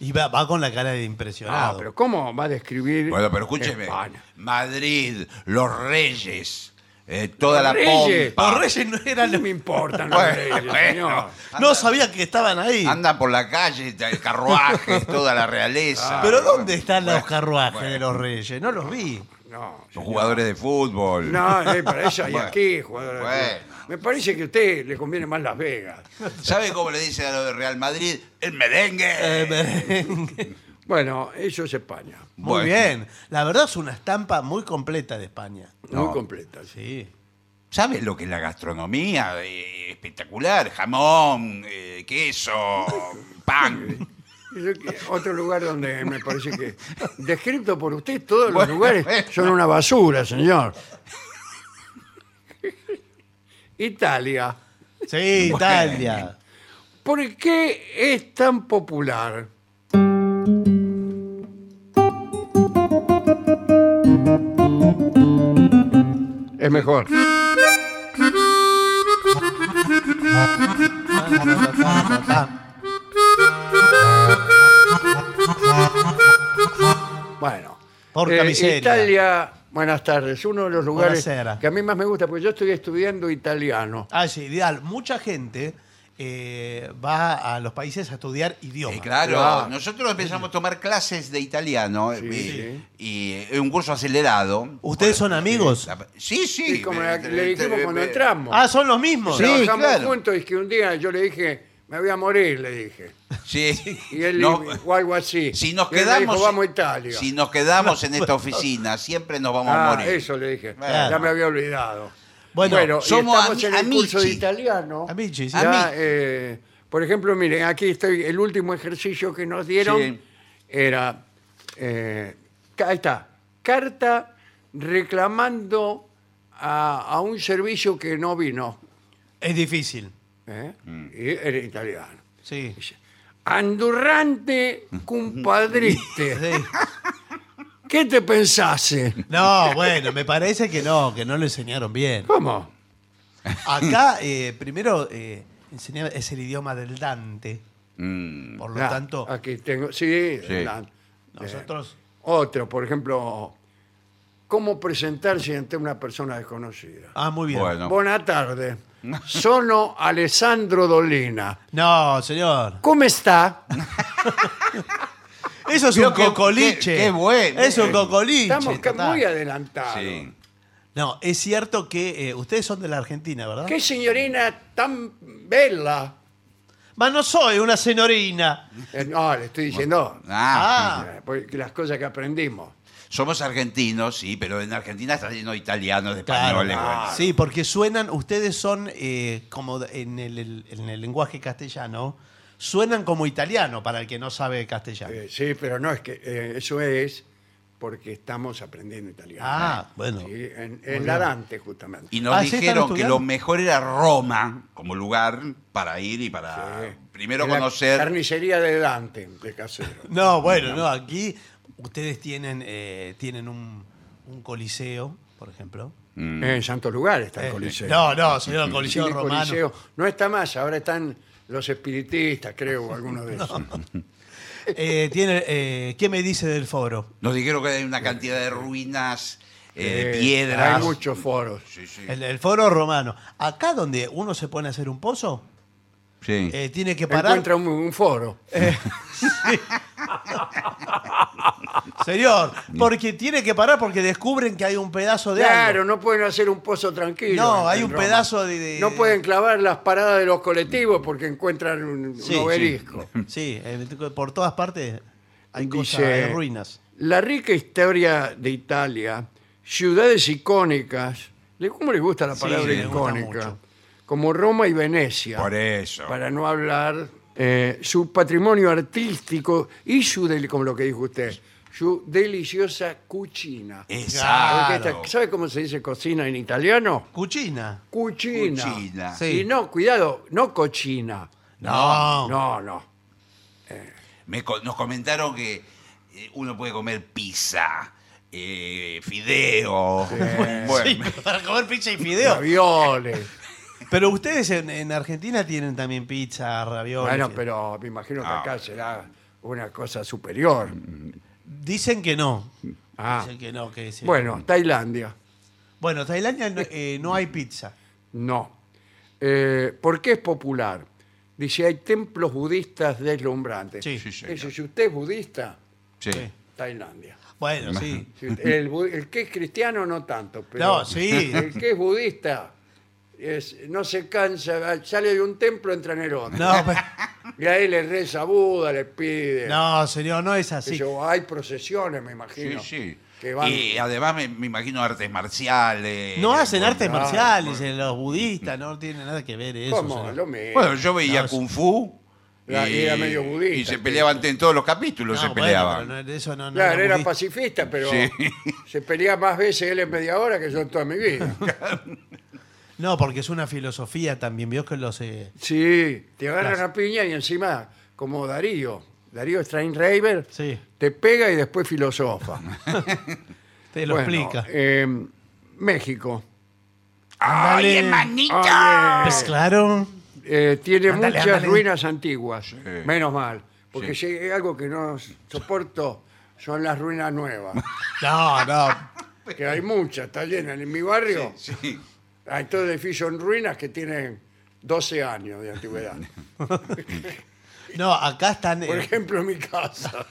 Y va, va con la cara de
Ah,
impresionado.
pero ¿cómo va a describir
Bueno, pero escúcheme.
España?
Madrid, los reyes, eh, toda la
Reyes.
pompa.
Los reyes no
A
eran.
mí No me importan los
Bueno,
reyes,
bueno.
señor.
No sabía que estaban ahí.
Andan por la calle, ta-
<laughs>
carruajes, toda la realeza.
Pero ¿dónde están
Bueno,
los carruajes
bueno,
de los reyes? No los vi.
No,
Los jugadores de fútbol.
No, eh, para eso hay
Bueno.
aquí jugadores. de
Bueno.
fútbol. Me parece que a usted le conviene más Las Vegas.
¿Sabe cómo le dicen a los de Real Madrid? El merengue.
Eh, me-
Bueno, eso es España.
Muy
Bueno.
bien. La verdad es una estampa muy completa de España.
Muy
No.
completa. sí.
Sí.
¿Sabe lo que es la gastronomía? Eh, espectacular. Jamón, eh,
<laughs>
queso, pan. Eh,
Yo que- Otro lugar donde me parece
<laughs>
que. Descrito por usted, todos los
Bueno,
lugares
bueno.
son una basura,
<laughs>
señor. Italia.
Sí, Italia.
¿Por qué es tan popular? Es mejor. Bueno. eh,
Porca miseria.
Italia, buenas tardes. Uno de los lugares
Buonasera.
que a mí más me gusta, porque yo estoy estudiando italiano.
Ah, sí, ideal. Mucha gente eh, va a los países a estudiar idiomas.
Eh, claro,
Claro.
nosotros empezamos a tomar clases de italiano eh, y eh, un curso acelerado. eh,
¿Ustedes son amigos?
Sí, sí.
Y como
eh,
le dijimos
eh,
cuando
eh,
entramos.
Ah, son los mismos.
Sí.
Trabajamos
claro.
juntos y que un día yo le dije, Me voy a morir, le dije.
Sí.
<laughs> Y él,
No,
o algo así.
si nos
Y él me dijo,
quedamos,
vamos a Italia.
si nos quedamos
<laughs>
en esta oficina, siempre nos vamos
Ah,
a morir.
eso le dije.
Bueno.
Ya me había olvidado.
Bueno,
y
somos
estamos
ami-
en el curso de
amici.
italiano.
Amici, sí.
Ya,
Amici.
eh, por ejemplo, miren, aquí estoy. El último ejercicio que nos dieron
Sí.
era. eh, ca- ahí está. Carta reclamando a, a un servicio que no vino.
Es difícil.
¿eh?
Mm.
Y era italiano.
<laughs>
Sí.
Andurrante compadriste.
Sí.
¿Qué te eh? pensase?
No, bueno, me parece que no, que no lo enseñaron bien.
¿Cómo?
Acá, eh, primero, eh, enseñaba- es el idioma del Dante.
Mm,
Por lo
Ah,
tanto,
Aquí tengo. Sí,
Sí.
la-
nosotros.
Otro, por ejemplo, ¿cómo presentarse ante una persona desconocida?
Ah, muy bien.
bueno.
Buenas tardes. Sono Alessandro Dolina.
No, señor.
¿Cómo está?
Eso es
Creo
un
que-
cocoliche.
qué- qué bueno.
Es un cocoliche.
Estamos ca-
total.
muy adelantados.
Sí.
No, es cierto que eh, ustedes son de la Argentina, ¿verdad?
¡Qué señorina tan bella!
Ma, no soy una señorina.
Eh, no, le estoy diciendo
Ah,
Ah.
eh, porque las cosas que aprendimos.
somos argentinos, sí, pero en Argentina está lleno de italianos, de
Claro.
españoles.
Ah,
bueno.
Sí, porque suenan, ustedes son eh, como en el, el- en el lenguaje castellano, suenan como italiano para el que no sabe castellano.
Eh, sí, pero no, es que eh, eso es porque estamos aprendiendo italiano.
ah, bueno.
Sí, en, en la Dante, justamente.
Y nos
Ah, sí, están
dijeron que
estudiando.
lo mejor era Roma como lugar para ir y para
Sí.
eh, primero
Ah. En la
conocer.
Carnicería de Dante, de
<laughs>
casero.
No, bueno, no, aquí ustedes tienen, eh, tienen un, un coliseo, por ejemplo.
Mm.
En santos lugares está
Eh,
el Coliseo.
No, no, señor, coliseo
Chile
romano.
Coliseo. No está más, ahora están los espiritistas, creo, o alguno
<laughs>
de esos.
Eh, tiene, eh, ¿Qué me dice del foro?
Nos dijeron que hay una cantidad de ruinas, eh, de
Eh,
piedras.
Hay muchos foros.
Sí, sí.
El, el foro romano. Acá donde uno se pone a hacer un pozo,
Sí.
eh, tiene que parar.
Encuentra un, un foro.
Señor, porque tiene que parar porque descubren que hay un pedazo de
Claro,
algo.
no pueden hacer un pozo tranquilo.
No,
en-
hay
en
un
Roma.
pedazo de- de-
No pueden clavar las paradas de los colectivos porque encuentran un, un
Sí,
obelisco.
Sí, eh, por todas partes hay cosas,
Dice,
hay ruinas.
La rica historia de Italia, ciudades icónicas. ¿Le- ¿Cómo le gusta la
Sí,
palabra
le gusta
icónica?
mucho.
Como Roma y Venecia.
Por eso.
para no hablar eh, su patrimonio artístico y su, del- como lo que dijo usted, su deliciosa cucina. Porque esta-
Exacto.
¿Sabe cómo se dice cocina en italiano?
Cuchina.
Cucina.
Cucina.
Sí.
Y no, cuidado, no cochina.
No.
No, no.
Me co- nos comentaron que eh, uno puede comer pizza, eh, fideo. <laughs> Bueno,
<laughs> Sí, para comer pizza y fideo.
Ravioles.
Pero ustedes en, en Argentina tienen también pizza, ravioles.
Bueno, pero me imagino que
Ah.
acá será una cosa superior.
Dicen que no.
Ah.
Dicen que no, que sí.
Bueno, Tailandia.
Bueno, Tailandia no, eh, no hay pizza.
No. Eh, ¿Por qué es popular? Dice, hay templos budistas deslumbrantes.
Sí.
Sí, señor.
Eso, si usted es budista,
sí.
Sí.
Tailandia.
Bueno,
<laughs>
sí.
Si usted- el, bu- el que es cristiano no tanto, pero
No, sí.
el que es budista es- no se cansa, va- sale de un templo, entra en el otro.
No, pues, pero-
Y ahí le reza a Buda, le pide.
no, señor, no es
qué
así.
sé yo, hay procesiones, me imagino.
Sí, sí.
Que van,
Y además me, me imagino artes marciales.
No
eh,
hacen
Bueno,
artes
claro,
marciales, eh, los budistas, no tiene nada que ver eso.
¿Cómo?
señor.
Lo mismo.
Bueno, yo veía
Eh, No,
Kung Fu.
Era- era medio budista,
y se
sí.
peleaban en todos los capítulos,
No,
se
bueno,
peleaban.
pero no, de eso no, no
claro,
era
era
budista.
pacifista, pero
Sí.
<laughs> se pelea más veces él en media hora que yo en toda mi
<laughs>
vida.
No, porque es una filosofía también, vio que los... eh,
Sí, te agarran
Claro.
a piña y encima, como Darío, Darío Strainreiber,
Sí.
te pega y después filosofa.
te <laughs> lo
Bueno,
explica.
eh, México
¡Ay,
Andale.
hermanito!
Oye.
Pues claro,
eh, tiene
Ándale,
muchas
ándale.
ruinas antiguas, menos mal, porque si hay algo que no soporto son las ruinas nuevas,
no, no.
que hay muchas, está llena en mi barrio.
<laughs> Sí.
Hay todo edificio en ruinas que tienen 12 años de
<laughs>
antigüedad.
No, acá están eh,
Por ejemplo, en mi casa.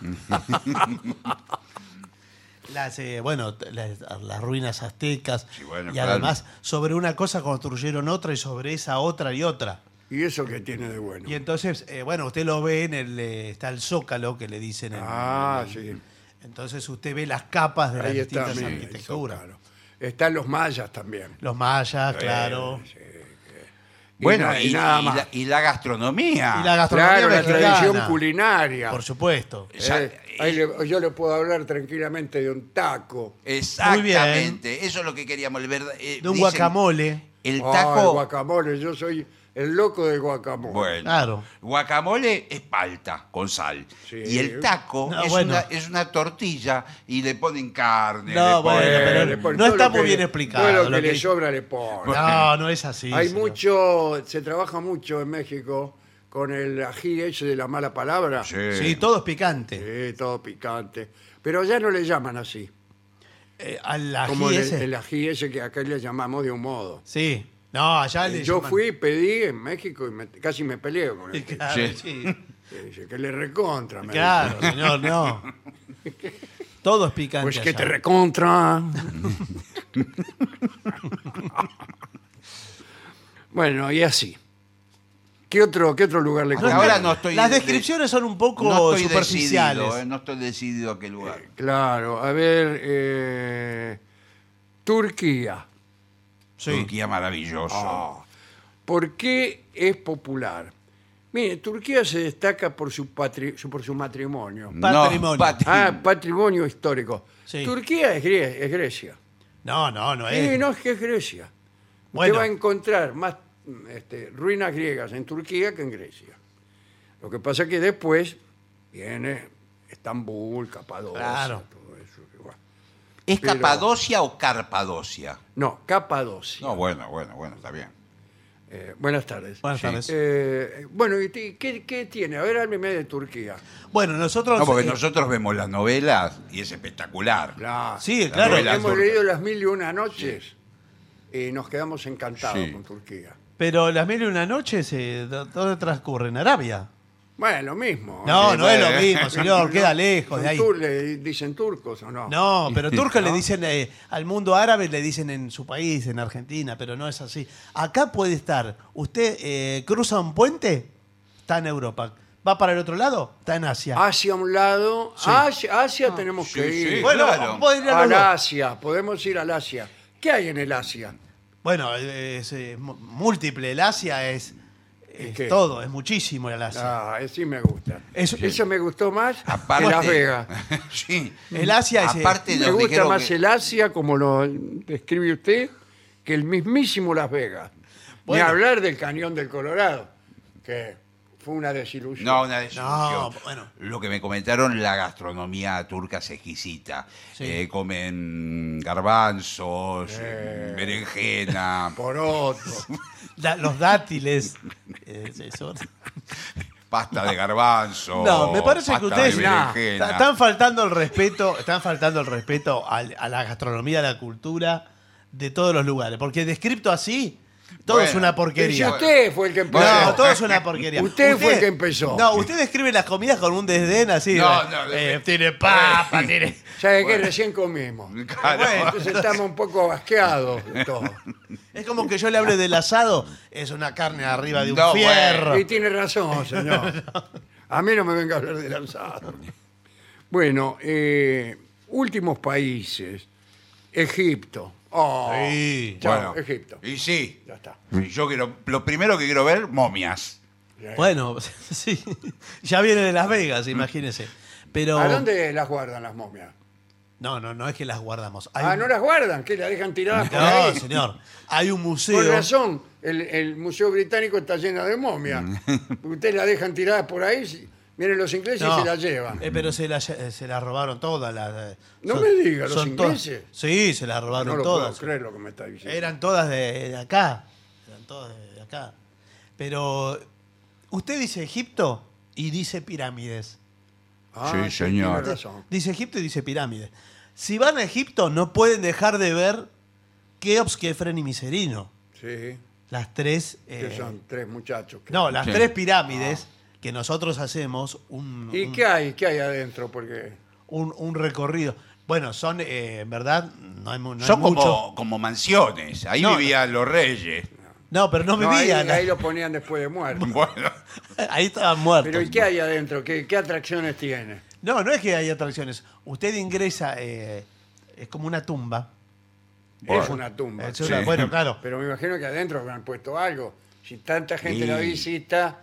las, eh, bueno, t- las, las ruinas aztecas
Sí, bueno,
y
claro.
además sobre una cosa construyeron otra y sobre esa otra y otra.
¿Y eso qué tiene de bueno?
Y entonces, eh, bueno, usted lo ve en el. eh, está el zócalo que le dicen. en-
Ah,
en-
sí.
Entonces usted ve las capas de las
Ahí está.
distintas
mire,
arquitecturas.
eso, claro. Están los mayas también.
Los mayas, claro.
Y
Bueno,
na-
y,
y nada
y
más.
la, y la gastronomía.
Y la gastronomía
Claro, la
mexicana,
tradición culinaria.
Por supuesto.
Ya-
Eh, ahí le- yo le puedo hablar tranquilamente de un taco.
Exactamente, eso es lo que queríamos. El verdad- eh,
De un
dicen,
guacamole.
El
Oh,
taco.
el guacamole, yo soy el loco del guacamole.
Bueno,
Claro.
guacamole es palta con sal.
Sí.
Y el taco
No,
es,
bueno.
una, es una tortilla y le ponen carne.
No,
le ponen-
bueno, pero-
Eh, le ponen
no
todo
está
lo
muy
que-
bien explicado
todo Lo que,
lo
le
que-
sobra le pone.
No, no es así.
Hay
señor.
mucho, se trabaja mucho en México con el ají ese de la mala palabra.
Sí.
Sí, todo es picante.
Sí, todo picante. Pero ya no le llaman así.
Eh, al ají
como el,
ese.
el ají ese que acá le llamamos de un modo.
Sí. No, allá le
Eh, Yo
llaman-
fui, pedí en México y me- casi me peleo con el
Sí,
tipo.
<laughs> Claro,
Sí.
sí.
Que dice, que le recontra. me
Claro,
<laughs>
señor, no. Todo es
dice.
picante.
Pues que
allá.
te
<laughs>
recontra. <laughs> bueno, y así. ¿Qué otro, qué otro lugar le
Hasta
conviene?
ahora no estoy.
Las descripciones son un poco
no estoy
superficiales.
Decidido, eh, no estoy decidido a qué lugar.
Claro, a ver, eh, Turquía.
Sí. Oh.
Turquía maravilloso.
¿Por qué es popular? Mire, Turquía se destaca por su, patri- su- por su matrimonio.
No,
Patrimonio.
patri-
Ah, patrimonio histórico.
Sí.
Turquía es, Gre- es Grecia.
No, no, no es.
Sí, no, es que es Grecia.
Bueno.
Usted va a encontrar más mm, este, ruinas griegas en Turquía que en Grecia. Lo que pasa es que después viene Estambul, Capadocia,
Claro.
todo eso. que va.
¿Es
pero-
Capadocia o Carpadocia?
No, Capadocia.
No, bueno, bueno, bueno, está bien.
Eh, buenas tardes.
Buenas
Sí.
tardes.
Eh, bueno, ¿y ti- qué, qué tiene? A ver, hábleme de Turquía.
Bueno, nosotros.
No, porque
eh,
nosotros vemos las novelas y es espectacular.
La-
Sí,
la
claro.
novela Hemos
turca.
leído las mil y una noches y nos quedamos encantados
Sí.
con Turquía.
Pero las mil y una noches, se ¿dónde transcurre? ¿En Arabia?
Bueno, lo mismo.
No,
sí,
no
bueno,
es lo
eh.
mismo, señor, queda lejos
Son
de ahí.
tur- le dicen turcos o no.
No, pero turco le
¿No?
dicen eh, al mundo árabe, le dicen en su país, en Argentina, pero no es así. Acá puede estar, usted eh, cruza un puente, está en Europa. Va para el otro lado, está en Asia.
Hacia un lado, hacia, hacia tenemos
sí,
que ir.
sí.
Ah. bueno,
claro.
puede ir a los
Al
dos.
Asia, podemos ir al Asia. ¿Qué hay en el Asia?
Bueno, es, eh, mu- múltiple, el Asia es, es
qué?
todo, es muchísimo el Asia.
Ah, eh, sí me gusta.
Eso-
Eso, me gustó más
Aparte,
que Las Vegas.
<laughs> sí.
El Asia es, eh,
Aparte nos
Me gusta
dijeron
más
que-
el Asia, como lo describe usted, que el mismísimo Las Vegas.
Bueno.
Ni hablar del cañón del Colorado, que fue una desilusión.
No, una desilusión.
No, bueno.
Lo que me comentaron, la gastronomía turca es exquisita.
Sí.
Eh, comen garbanzos, eh, berenjena,
Por
<laughs>
otro.
Da- los dátiles. <laughs> eh, eso.
pasta de garbanzo.
No, me parece que
Oh, pasta
ustedes
de
nah,
berenjena.
ta- están faltando el respeto, están faltando el respeto al- a la gastronomía, a la cultura de todos los lugares. Porque descrito así, todo
Bueno,
es una
Y si
porquería.
usted fue el que
No,
empezó.
Bueno.
todo es una
<laughs>
porquería.
Usted fue el que empezó.
No, usted describe las comidas con un desdén así.
No,
eh,
no,
eh,
no.
tiene papa, tiene.
¿Sabe qué? Recién comimos.
Claro.
Bueno.
Entonces estamos un poco basqueados de todo.
Es como que yo le hable del asado, es una carne arriba de un
No, bueno.
fierro.
Y tiene razón, señor. A mí no me venga a hablar de lanzado. Bueno, eh, últimos países. Egipto. Oh,
Sí.
chao, Egipto.
Y sí.
Ya está.
Sí, Yo quiero, lo primero que quiero ver, momias.
Bueno, <laughs> sí. Ya viene de Las Vegas, imagínese. Pero.
¿A dónde las guardan las momias?
No, no, no es que las guardamos. Hay
Ah,
un-
no las guardan, que las dejan tiradas por
No,
ahí.
señor. Hay un museo.
Con razón, el, el Museo Británico está lleno de momias. <laughs> Ustedes la dejan tiradas por ahí, si- vienen los ingleses
Mm. No.
y se la llevan.
Eh, pero se la, lle- se la robaron todas. las, eh,
No me diga, ¿los
son todas-
ingleses?
Sí, se la robaron
No lo puedo
todas.
creer lo que me está diciendo.
Eran todas de, de acá. Eran todas de, de acá. Pero usted dice Egipto y dice pirámides.
Ah,
Sí, señor.
tiene razón.
Dice Egipto y dice pirámides. Si van a Egipto no pueden dejar de ver Keops, Kefren y Miserino.
Sí,
Las tres... eh,
que son tres muchachos. que-
no, las
Sí.
tres pirámides que nosotros hacemos un...
Ah. ¿Y
un-
qué hay? ¿Qué hay adentro? Porque
un, un recorrido. Bueno, son, eh, en verdad, no hay, mu- no hay
Son
mucho.
como, como mansiones. Ahí
No, <laughs>
vivían los reyes.
No, pero no
No, ahí,
vivían.
ahí lo ponían después de muerto.
Bueno,
<laughs> Ahí estaban muertos.
Pero ¿y qué hay adentro? ¿Qué, qué atracciones tiene?
No, no es que hay atracciones. Usted ingresa, eh, es como una tumba.
Bueno.
es una tumba.
Es una-
Sí.
Bueno, claro.
Mm, <laughs> Pero me imagino que adentro habrán puesto algo. Si tanta gente la visita,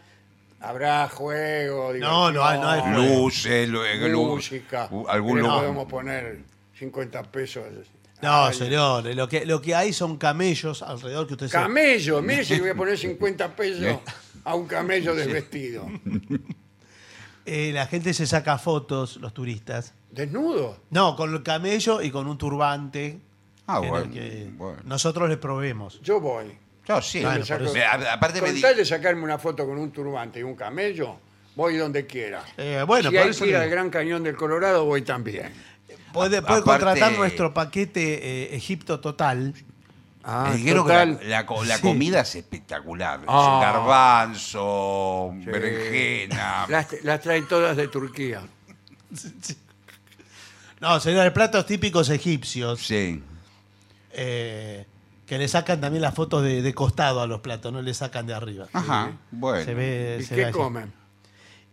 habrá juego,
No, no hay- no hay
diversión,
juego.
luces, lu- eh, lu-
música.
u- algún
Le
lu-
podemos poner 50 pesos.
No,
Ay,
señor, lo que, lo que hay son camellos alrededor que usted se- <laughs>
Camello, mire si le voy a poner 50
<laughs>
pesos a un camello desvestido.
Eh, la gente se saca fotos, los turistas.
Desnudo.
No, con el camello y con un turbante.
Ah,
que es
bueno,
lo que
bueno.
Nosotros les proveemos.
Yo voy.
Yo sí.
Bueno,
saco-
por
Me- a- aparte me
Con
di- eh,
tal de sacarme una foto con un turbante y un camello, voy donde quiera.
Eh, bueno,
si
por
hay
eso
que ir
le-
al Gran Cañón del Colorado, voy también.
Puede,
A-
puede
aparte-
contratar nuestro paquete eh, Egipto Total.
Ah,
me dijeron que la, la co- la
Sí.
comida es espectacular.
Ah.
Garbanzo,
Sí.
berenjena.
Las, las traen todas de Turquía.
No, señores, platos típicos egipcios.
Sí.
eh, que le sacan también las fotos de, de costado a los platos, no le sacan de arriba.
Ajá, Ah, bueno.
Se ve,
¿Y
Eh, se
qué
ve así.
comen?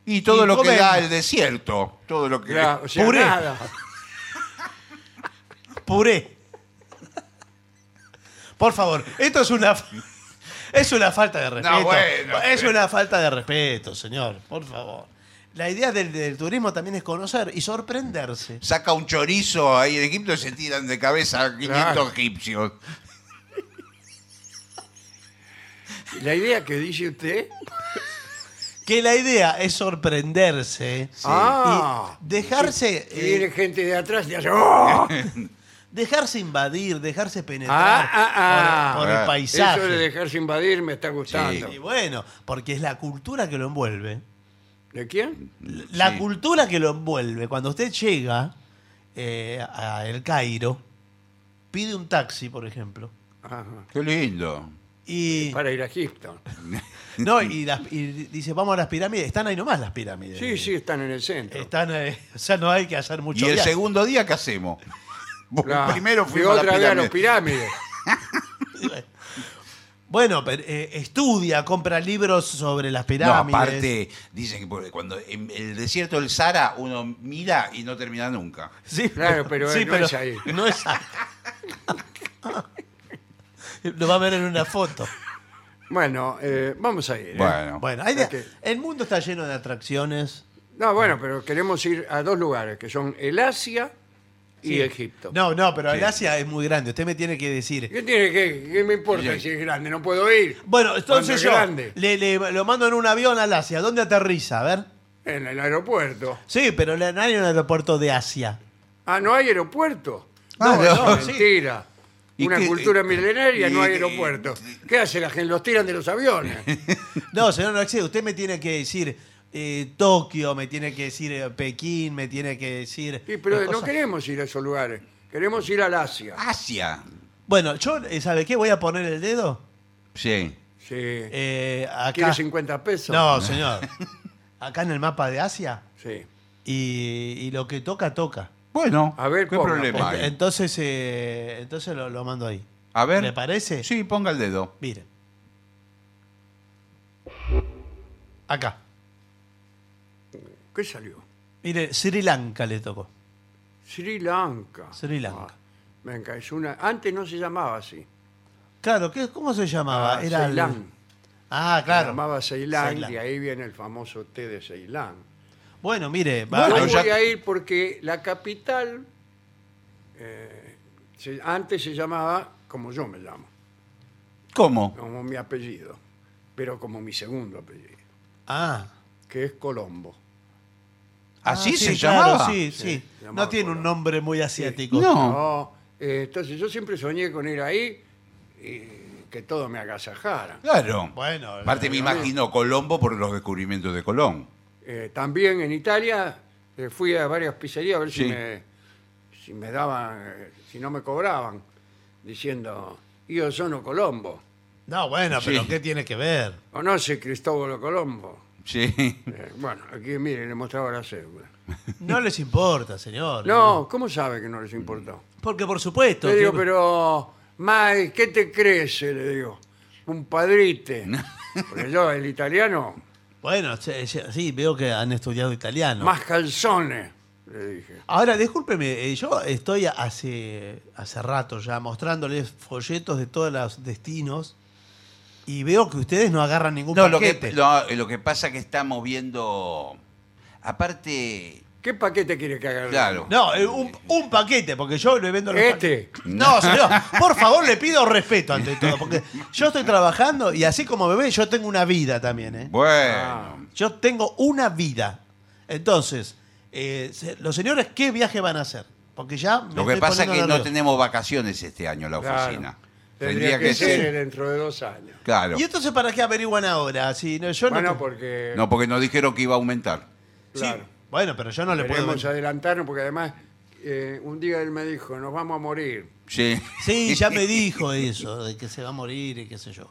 Y todo
Y
lo
comen-
que da el desierto. Todo lo que.
Ya, o sea,
puré.
nada.
Puré. Por favor, esto es una es una falta de respeto.
No, bueno.
es una falta de respeto, señor, por favor. La idea del, del turismo también es conocer y sorprenderse.
Saca un chorizo ahí en Egipto y se tiran de cabeza 500
Claro.
egipcios.
La idea que dice usted.
Que la idea es sorprenderse
Ah.
y dejarse
Y viene
eh,
gente de atrás y hace.
<laughs>
¡Oh!
dejarse invadir, dejarse penetrar
Ah, ah, ah.
por, por el
Ah.
paisaje.
Eso de dejarse invadir me está gustando.
Y bueno, porque es la cultura que lo envuelve.
¿De quién?
La
Sí.
cultura que lo envuelve. Cuando usted llega eh, a El Cairo, pide un taxi, por ejemplo.
Ajá.
Qué lindo.
Y,
Para ir a Egipto.
no, y, las- y dice, vamos a las pirámides. Están ahí nomás las pirámides.
Sí, sí, están en el centro.
Están, eh, <laughs> o sea, no hay que hacer mucho
¿Y el
viaje.
segundo día
<laughs>
qué hacemos? Porque
Claro.
Primero
Y
fuimos a
otra
la
vez a los
pirámide.
pirámides.
Bueno, pero, eh, estudia, compra libros sobre las
No,
pirámides.
aparte, dicen que por- cuando en el desierto del Sahara uno mira y no termina nunca.
Sí,
Claro, pero no es ahí.
No es ahí. <laughs> Lo va a ver en una foto.
Bueno, eh, vamos a ir. ¿eh?
Bueno,
Bueno, hay de-
Ok.
el mundo está lleno de atracciones.
No, bueno, pero queremos ir a dos lugares, que son el Asia y
Sí.
Egipto.
No, no, pero el Asia es muy grande. Usted me tiene que decir.
¿Qué tiene que, qué me importa
Sí.
si es grande? No puedo ir.
Bueno,
Cuando
entonces
es
yo
grande,
le, le- lo mando en un avión al Asia. ¿Dónde aterriza? A ver.
en el aeropuerto.
Sí, pero le- no hay un aeropuerto de Asia.
Ah, no hay aeropuerto.
Ah,
no,
no.
sí. eh,
Mentira.
¿Y
Una
qué-
cultura milenaria,
y
no hay
qué-
aeropuerto. ¿Qué hace la gente? Los tiran de los
<laughs>
aviones.
No, señor, no existe. Usted me tiene que decir eh, Tokio, me tiene que decir eh, Pekín, me tiene que decir.
Sí, pero
eh,
no
cosas.
queremos ir a esos lugares. Queremos ir al Asia.
Asia.
Bueno, yo, eh, ¿sabe qué? Voy a poner el dedo.
Sí.
Sí.
eh,
¿Quiere
acá.
50 pesos?
No, señor. <laughs> Acá en el mapa de Asia.
Sí.
Y, y lo que toca, toca.
Bueno,
A ver,
¿qué
ponga,
problema
ponga.
hay?
Entonces, eh, entonces lo, lo mando ahí.
A ver.
¿Le parece?
Sí, ponga el dedo.
Mire. Acá.
¿Qué salió?
Mire, Sri Lanka le tocó.
Sri Lanka.
Sri Lanka.
Ah, venga, es una... Antes no se llamaba así.
Claro, ¿qué, ¿cómo se llamaba?
Ah,
Era el-
Ceilán.
Ah,
Se
claro.
llamaba Ceilán,
Ceilán.
y ahí viene el famoso té de Ceilán.
Bueno, mire, va-
No
Bueno,
hay-
voy
ya-
a ir porque la capital eh, se- antes se llamaba como yo me llamo,
¿Cómo?
como mi apellido, pero como mi segundo apellido,
Ah.
que es Colombo.
¿Así
Ah, sí,
se
claro,
llamaba?
Sí,
Sí, sí.
se llamaba
No tiene un
Colombo.
nombre muy asiático.
No.
No, eh, entonces yo siempre soñé con ir ahí y que todo me agasajara.
Claro.
Bueno,
Aparte me imagino Colombo por los descubrimientos de Colón.
Eh, también en Italia eh, fui a varias pizzerías a ver si
Sí.
me, si me daban, eh, si no me cobraban, diciendo, yo sono Colombo,
No, bueno,
Sí.
pero ¿qué tiene que ver?
o no sé Cristóbalo Colombo.
Sí.
Eh, bueno, aquí mire, le mostraba la cédula.
No les importa, señor.
No, ¿cómo sabe que no les
Mm.
importó?
Porque por supuesto.
Le digo,
que-
pero, Mike, ¿qué te crees? Le digo. compadrite. Porque yo, el italiano,
Bueno, sí, sí, sí, veo que han estudiado italiano.
más calzones, le dije.
Ahora, discúlpeme, eh, yo estoy hace, hace rato ya mostrándoles folletos de todos los destinos y veo que ustedes no agarran ningún
No, lo
paquete.
que, lo, eh, lo que pasa es que estamos viendo. Aparte.
¿Qué paquete quiere que haga?
Claro.
No, eh, un, un paquete, porque yo le vendo los
Este.
paquetes. No, señor, por favor le pido respeto ante todo, porque yo estoy trabajando y así como me ve, yo tengo una vida también, ¿eh?
Bueno.
Ah.
Yo tengo una vida. Entonces, eh, se- los señores, ¿qué viaje van a hacer? Porque ya me
Lo que
estoy
pasa es que
poniendo
no
nervioso.
tenemos vacaciones este año en la
Claro.
oficina.
Tendría que ser dentro de dos años.
Claro.
¿Y entonces para qué averiguan ahora? Si no, yo no-
Bueno, porque
No, porque nos dijeron que iba a aumentar.
Sí,
claro.
Bueno, pero yo no le puedo...
podemos adelantarnos, porque además eh, un día él me dijo, nos vamos a morir.
Sí.
Sí,
<laughs>
ya me dijo eso, de que se va a morir y qué sé yo.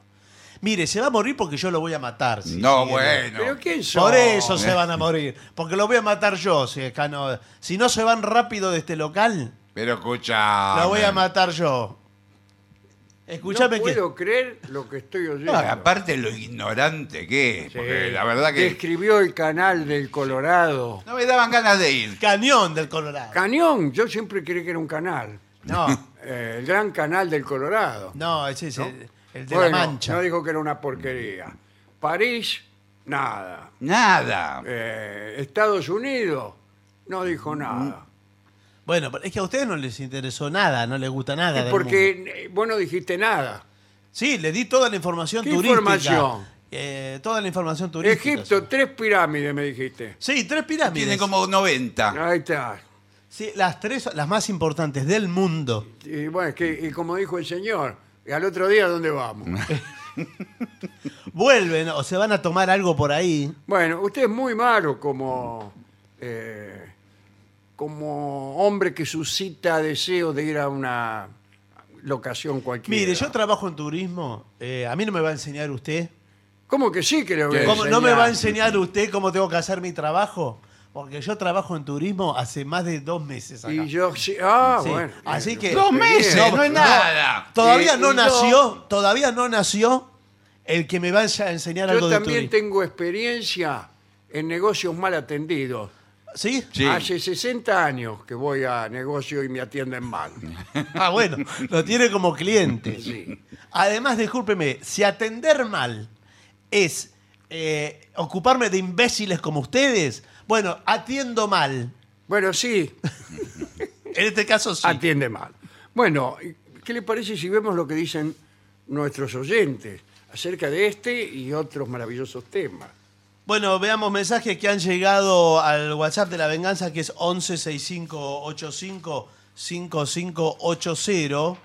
Mire, se va a morir porque yo lo voy a matar. si
no,
sigue-
bueno.
Pero ¿quién son?
Por eso se van a morir. Porque lo voy a matar yo. Si, acá no, si no se van rápido de este local,
Pero escucha.
lo voy a matar yo. Escúchame
no
que.
puedo creer lo que estoy oyendo.
No, aparte lo ignorante que es.
Sí.
Porque la verdad que.
Describió el canal del Colorado.
No me daban ganas de ir.
Cañón del Colorado.
Cañón, yo siempre creí que era un canal.
no,
Eh, el gran canal del Colorado.
no, ese es el, el de
Bueno,
la Mancha.
No dijo que era una porquería. París, nada.
Nada.
Eh, Estados Unidos, no dijo nada.
Bueno, pero es que a ustedes no les interesó nada, no les gusta
Y
nada. del mundo.
porque eh, vos no dijiste nada.
Sí, le di toda la información
¿Qué
turística.
información?
Eh, toda la información turística.
Egipto, tres pirámides, me dijiste.
Sí, tres pirámides.
Tiene como 90.
Ahí está.
Sí, las tres, las más importantes del mundo.
Y bueno, es que, y como dijo el señor, ¿y al otro día dónde vamos?
<laughs>
Vuelven o se van a tomar algo por ahí.
Bueno, usted es muy malo como, eh, como hombre que suscita deseos de ir a una locación cualquiera.
Mire, yo trabajo en turismo. eh, a mí no me va a enseñar usted.
¿Cómo que sí que le voy a
¿Cómo- ¿No me
enseñar?
va a enseñar usted cómo tengo que hacer mi trabajo? Porque yo trabajo en turismo hace más de dos meses. acá.
Y yo sí. Ah,
Sí,
bueno.
Así que.
Dos meses,
No,
no, es
no.
nada.
Todavía
Y-
no
y yo-
nació, todavía no nació el que me vaya a enseñar algo
Yo
de
también
turismo.
tengo experiencia en negocios mal atendidos.
¿Sí?
Sí.
Hace 60 años que voy a negocio y me atienden
<laughs>
mal.
<laughs> Ah, bueno, lo tiene como cliente.
Sí.
Además, discúlpeme, si atender mal es eh, ocuparme de imbéciles como ustedes, bueno, atiendo mal.
Bueno, sí,
En este caso sí.
atiende mal. Bueno, ¿qué le parece si vemos lo que dicen nuestros oyentes acerca de este y otros maravillosos temas?
Bueno, veamos mensajes que han llegado al WhatsApp de la venganza que es 1165855580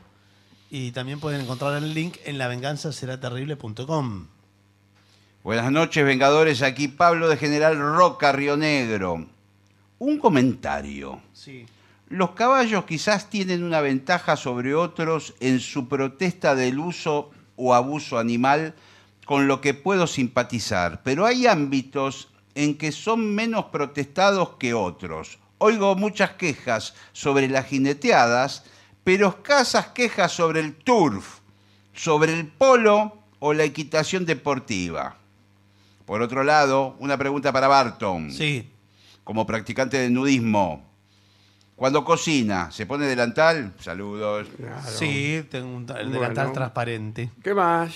y también pueden encontrar el link en lavenganzaseraterrible.com.
Buenas noches, Vengadores. Aquí Pablo de General Roca, Río Negro. Un comentario.
Sí.
Los caballos quizás tienen una ventaja sobre otros en su protesta del uso o abuso animal, con lo que puedo simpatizar, pero hay ámbitos en que son menos protestados que otros. Oigo muchas quejas sobre las jineteadas, pero escasas quejas sobre el turf, sobre el polo o la equitación deportiva. Por otro lado, una pregunta para Barton
Sí.
como practicante de nudismo. Cuando cocina, se pone delantal, saludos.
Sí, tengo un el delantal
Bueno.
transparente.
¿Qué más?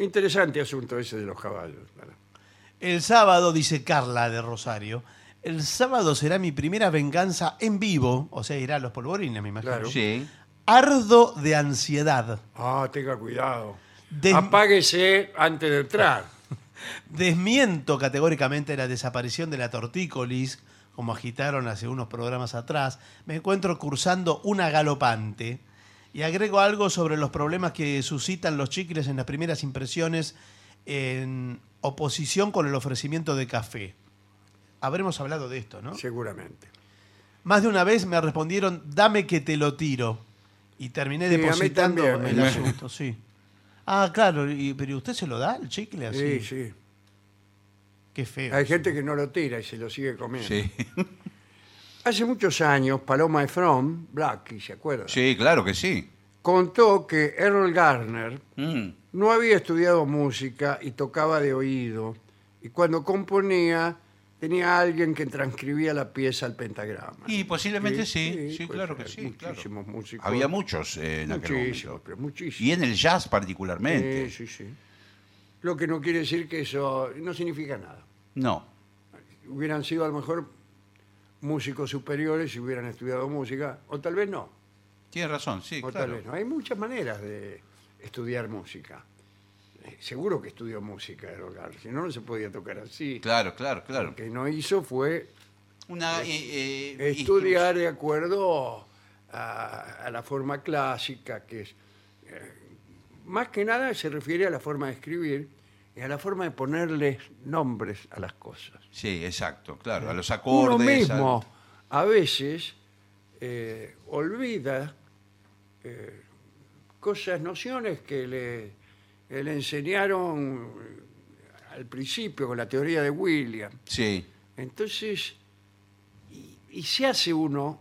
Interesante asunto ese de los caballos. claro.
El sábado, dice Carla de Rosario, el sábado será mi primera venganza en vivo, o sea, irá a los polvorines, me imagino.
Claro.
Sí.
Ardo de ansiedad.
Ah, tenga cuidado.
Des-
Apáguese antes de entrar.
Desmiento categóricamente la desaparición de la tortícolis, como agitaron hace unos programas atrás. Me encuentro cursando una galopante y agrego algo sobre los problemas que suscitan los chicles en las primeras impresiones en oposición con el ofrecimiento de café. Habremos hablado de esto, ¿no?
Seguramente.
Más de una vez me respondieron, dame que te lo tiro. Y terminé
Sí, a mí
depositando
también,
el
me-
asunto, sí. Ah, claro, y- pero ¿usted se lo da el chicle así?
Sí, sí.
Qué feo.
Hay gente que no lo tira y se lo sigue comiendo.
Sí.
Hace muchos años, Paloma Efron, Blackie, ¿se acuerda?
Sí, claro que sí.
contó que Errol Garner
Mm.
no había estudiado música y tocaba de oído, y cuando componía tenía a alguien que transcribía la pieza al pentagrama.
Y posiblemente sí, sí,
pues,
claro que sí,
Muchísimos músicos.
Había muchos eh, en aquel
Muchísimos,
momento.
pero muchísimos.
Y en el jazz particularmente.
Sí, sí, sí. Lo que no quiere decir que eso no significa nada.
No.
Hubieran sido a lo mejor músicos superiores si hubieran estudiado música, o tal vez no,
Tiene razón, sí,
o tal
claro.
vez no. Hay muchas maneras de estudiar música. Eh, Seguro que estudió música Errol Garner, si no, no se podía tocar así.
Claro, claro, claro.
Lo que no hizo fue
Una, eh, eh,
estudiar de acuerdo a, a la forma clásica, que es. eh, más que nada se refiere a la forma de escribir y a la forma de ponerles nombres a las cosas.
instru- Sí, exacto, claro. A los
Uno
acordes.
mismo
al-
a veces eh, olvida eh, cosas, nociones que le, que le enseñaron eh, al principio con la teoría de William.
Sí,
Entonces, y, y se hace uno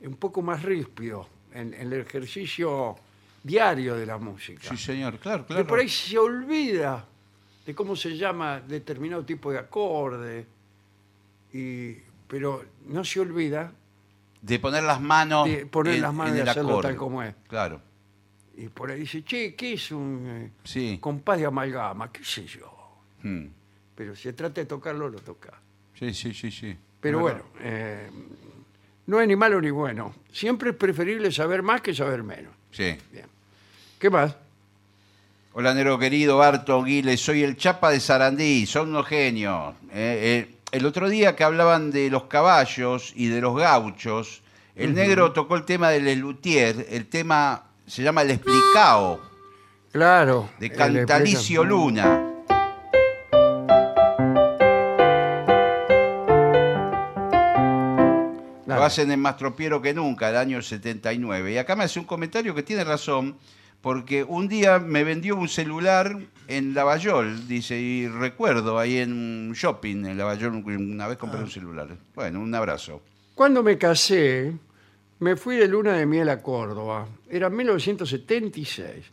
un poco más ríspido en, en el ejercicio diario de la música.
sí, señor, claro,
Que
claro.
por ahí se olvida de cómo se llama determinado tipo de acorde, y, pero no se olvida,
De poner las manos.
De poner
en-
las manos
en
y
el
hacerlo
acorde.
tal como es.
Claro,
y por ahí dice, che, ¿qué es un eh,
sí.
compás de amalgama? ¿Qué sé yo?
Mm.
Pero si se trata de tocarlo, lo toca.
Sí, sí, sí, sí.
Pero
Bueno,
bueno, eh, no es ni malo ni bueno. Siempre es preferible saber más que saber menos.
Sí.
Bien. ¿Qué más?
Hola, Nero querido, Barto Guiles, soy el Chapa de Sarandí, son unos genios. Eh, eh, el otro día que hablaban de los caballos y de los gauchos, el negro tocó el tema del Luthier, el tema se llama El Explicao,
Claro.
de
eh, le explica-
Cantalicio Luna.
Dale.
Lo hacen en Más Tropiero que Nunca, el año 79. Y acá me hace un comentario que tiene razón, porque un día me vendió un celular en Lavallol, dice, y recuerdo ahí en un shopping en Lavallol, una vez compré un celular. Bueno, un abrazo.
Cuando me casé, me fui de luna de miel a Córdoba. Era 1976.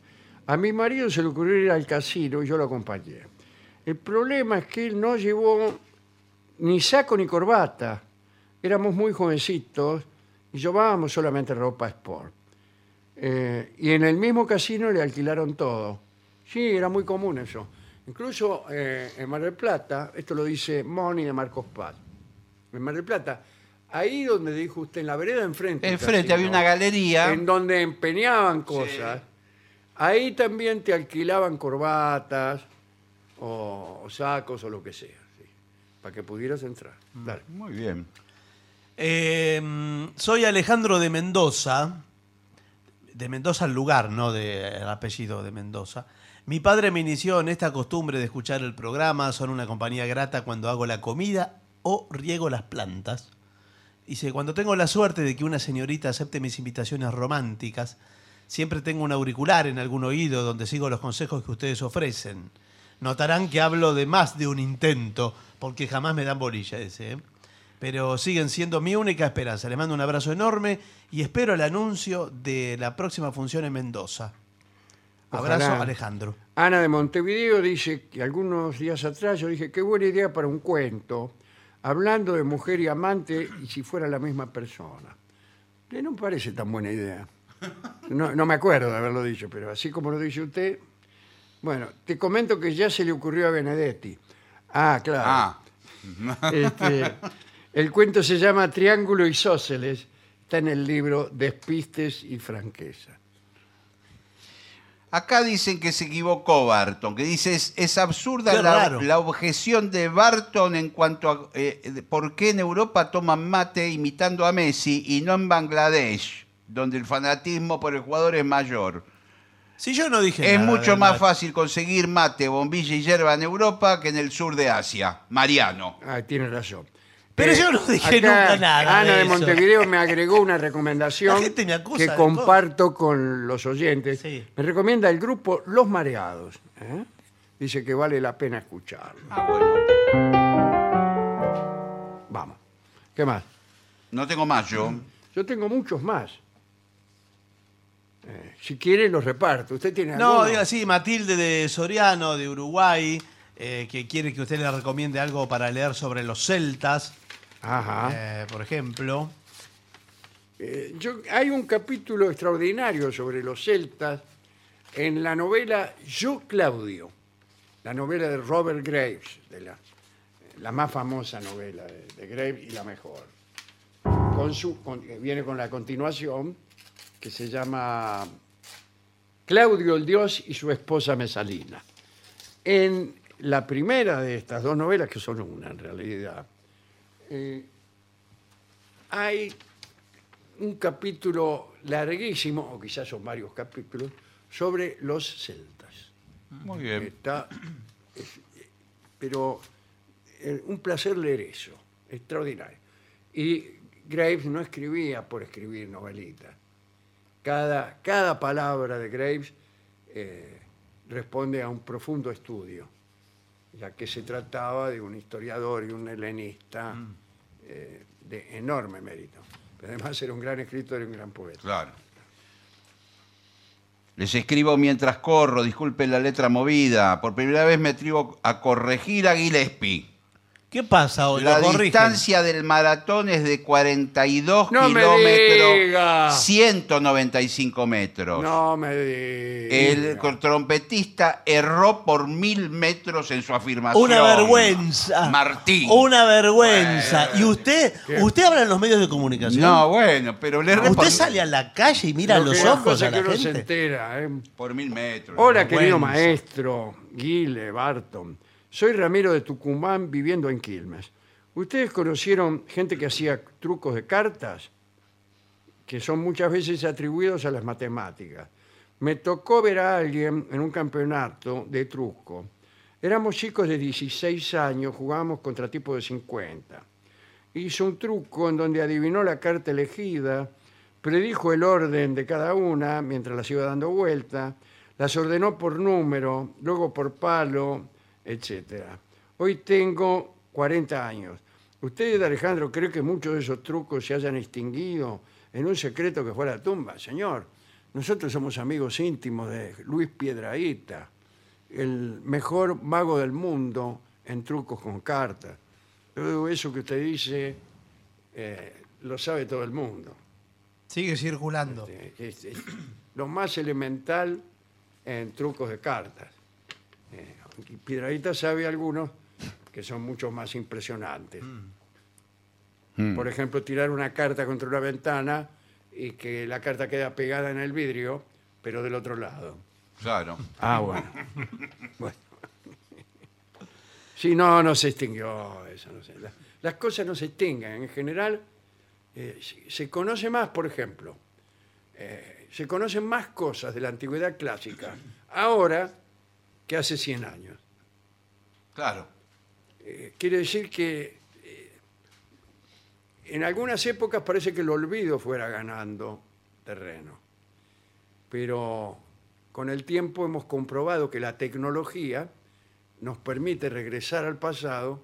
A mi marido se le ocurrió ir al casino y yo lo acompañé. El problema es que él no llevó ni saco ni corbata. Éramos muy jovencitos y llevábamos solamente ropa sport. Eh, y en el mismo casino le alquilaron todo. Sí, era muy común eso. Incluso eh, en Mar del Plata, esto lo dice Moni de Marcos Paz, en Mar del Plata, ahí donde dijo usted, en la vereda enfrente. del
Enfrente había
casino,
una galería.
En donde empeñaban cosas. Ahí también te alquilaban corbatas o, o sacos o lo que sea, sí, para que pudieras entrar. Dale.
Muy bien.
Eh, soy Alejandro de Mendoza. De Mendoza el lugar, no de- el apellido de Mendoza. Mi padre me inició en esta costumbre de escuchar el programa. Son una compañía grata cuando hago la comida o riego las plantas. Dice, cuando tengo la suerte de que una señorita acepte mis invitaciones románticas, siempre tengo un auricular en algún oído donde sigo los consejos que ustedes ofrecen. Notarán que hablo de más de un intento, porque jamás me dan bolilla ese. ¿eh? Pero siguen siendo mi única esperanza. Les mando un abrazo enorme y espero el anuncio de la próxima función en Mendoza. Abrazo,
Ojalá.
Alejandro.
Ana de Montevideo dice que algunos días atrás yo dije, qué buena idea para un cuento, hablando de mujer y amante y si fuera la misma persona. Que no me parece tan buena idea. No, no me acuerdo de haberlo dicho, pero así como lo dice usted, bueno, te comento que ya se le ocurrió a Benedetti. Ah, claro.
Ah,
Este, el cuento se llama Triángulo Isósceles, está en el libro Despistes y Franqueza.
acá dicen que se equivocó Barton, que dice es, es absurda
Qué
la,
raro.
la objeción de Barton en cuanto a eh, de por qué en Europa toman mate imitando a Messi y no en Bangladesh, donde el fanatismo por el jugador es mayor.
Si yo no dije
Es
nada
mucho
del
más
mate.
fácil conseguir mate, bombilla y hierba en Europa que en el sur de Asia. Mariano.
Ah, tiene razón. Eh,
Pero yo no dije
acá
nunca nada
Ana
de
de,
eso.
Montevideo me agregó una recomendación
La gente me acusa
que
de
comparto con los oyentes.
Sí.
Me recomienda el grupo Los Mareados. ¿eh? Dice que vale la pena escucharlo.
Ah, bueno.
Vamos. ¿Qué más?
No tengo más yo.
Yo tengo muchos más. Eh, si quiere, los reparto. ¿Usted tiene
No,
alguno?
diga así, Matilde de Soriano, de Uruguay, eh, que quiere que usted le recomiende algo para leer sobre los celtas,
Ajá.
eh, por ejemplo.
Eh, yo- hay un capítulo extraordinario sobre los celtas en la novela Yo Claudio, la novela de Robert Graves, de la, la más famosa novela de, de Graves y la mejor. Con su, con- que viene con la continuación que se llama Claudio el Dios y su esposa Mesalina. En la primera de estas dos novelas, que son una en realidad, eh, hay un capítulo larguísimo, o quizás son varios capítulos, sobre los celtas.
Muy bien.
Está, es- pero eh, un placer leer eso, extraordinario. Y Graves no escribía por escribir novelitas. Cada, cada palabra de Graves eh, responde a un profundo estudio, ya que se trataba de un historiador y un helenista
Mm.
eh, de enorme mérito. Pero además era un gran escritor y un gran poeta.
Claro. Les escribo mientras corro, disculpen la letra movida. Por primera vez me atrevo a corregir a Gillespie.
¿Qué pasa hoy?
La
Oh, Lo corrigen.
distancia del maratón es de 42
No me diga.
kilómetros, 195 metros.
No me
El
diga.
trompetista erró por mil metros en su afirmación.
Una vergüenza.
Martín.
Una vergüenza. y usted, usted habla en los medios de comunicación.
No, bueno, pero le erré por,
Usted sale a la calle y mira
Lo que
los
las
ojos
cosas
a la
que uno se
gente.
entera. ¿eh?
por mil metros.
Hola, querido
vergüenza.
maestro, Guile, Barton. Soy Ramiro de Tucumán, viviendo en Quilmes. ¿Ustedes conocieron gente que hacía trucos de cartas? Que son muchas veces atribuidos a las matemáticas. Me tocó ver a alguien en un campeonato de truco. Éramos chicos de 16 años, jugábamos contra tipos de 50 hizo un truco en donde adivinó la carta elegida, predijo el orden de cada una mientras las iba dando vuelta, las ordenó por número, luego por palo, etc. Hoy tengo 40 años. ¿Usted, Alejandro, cree que muchos de esos trucos se hayan extinguido en un secreto que fue a la tumba? Señor, nosotros somos amigos íntimos de Luis Piedraíta, el mejor mago del mundo en trucos con cartas. Todo eso que usted dice eh, lo sabe todo el mundo.
Sigue circulando.
Eh, es- es lo más elemental en trucos de cartas. Eh, y Piedradita sabe algunos que son mucho más impresionantes. Por ejemplo, tirar una carta contra una ventana y que la carta queda pegada en el vidrio, pero del otro lado.
Claro.
<laughs> Ah, bueno. bueno. Sí, no, no se extinguió eso. no se- la- las cosas no se extinguen. En general, eh, se, se conoce más, por ejemplo, eh, se conocen más cosas de la antigüedad clásica ahora que hace 100 años.
Claro.
Eh, quiere decir que eh, en algunas épocas parece que el olvido fuera ganando terreno, pero con el tiempo hemos comprobado que la tecnología nos permite regresar al pasado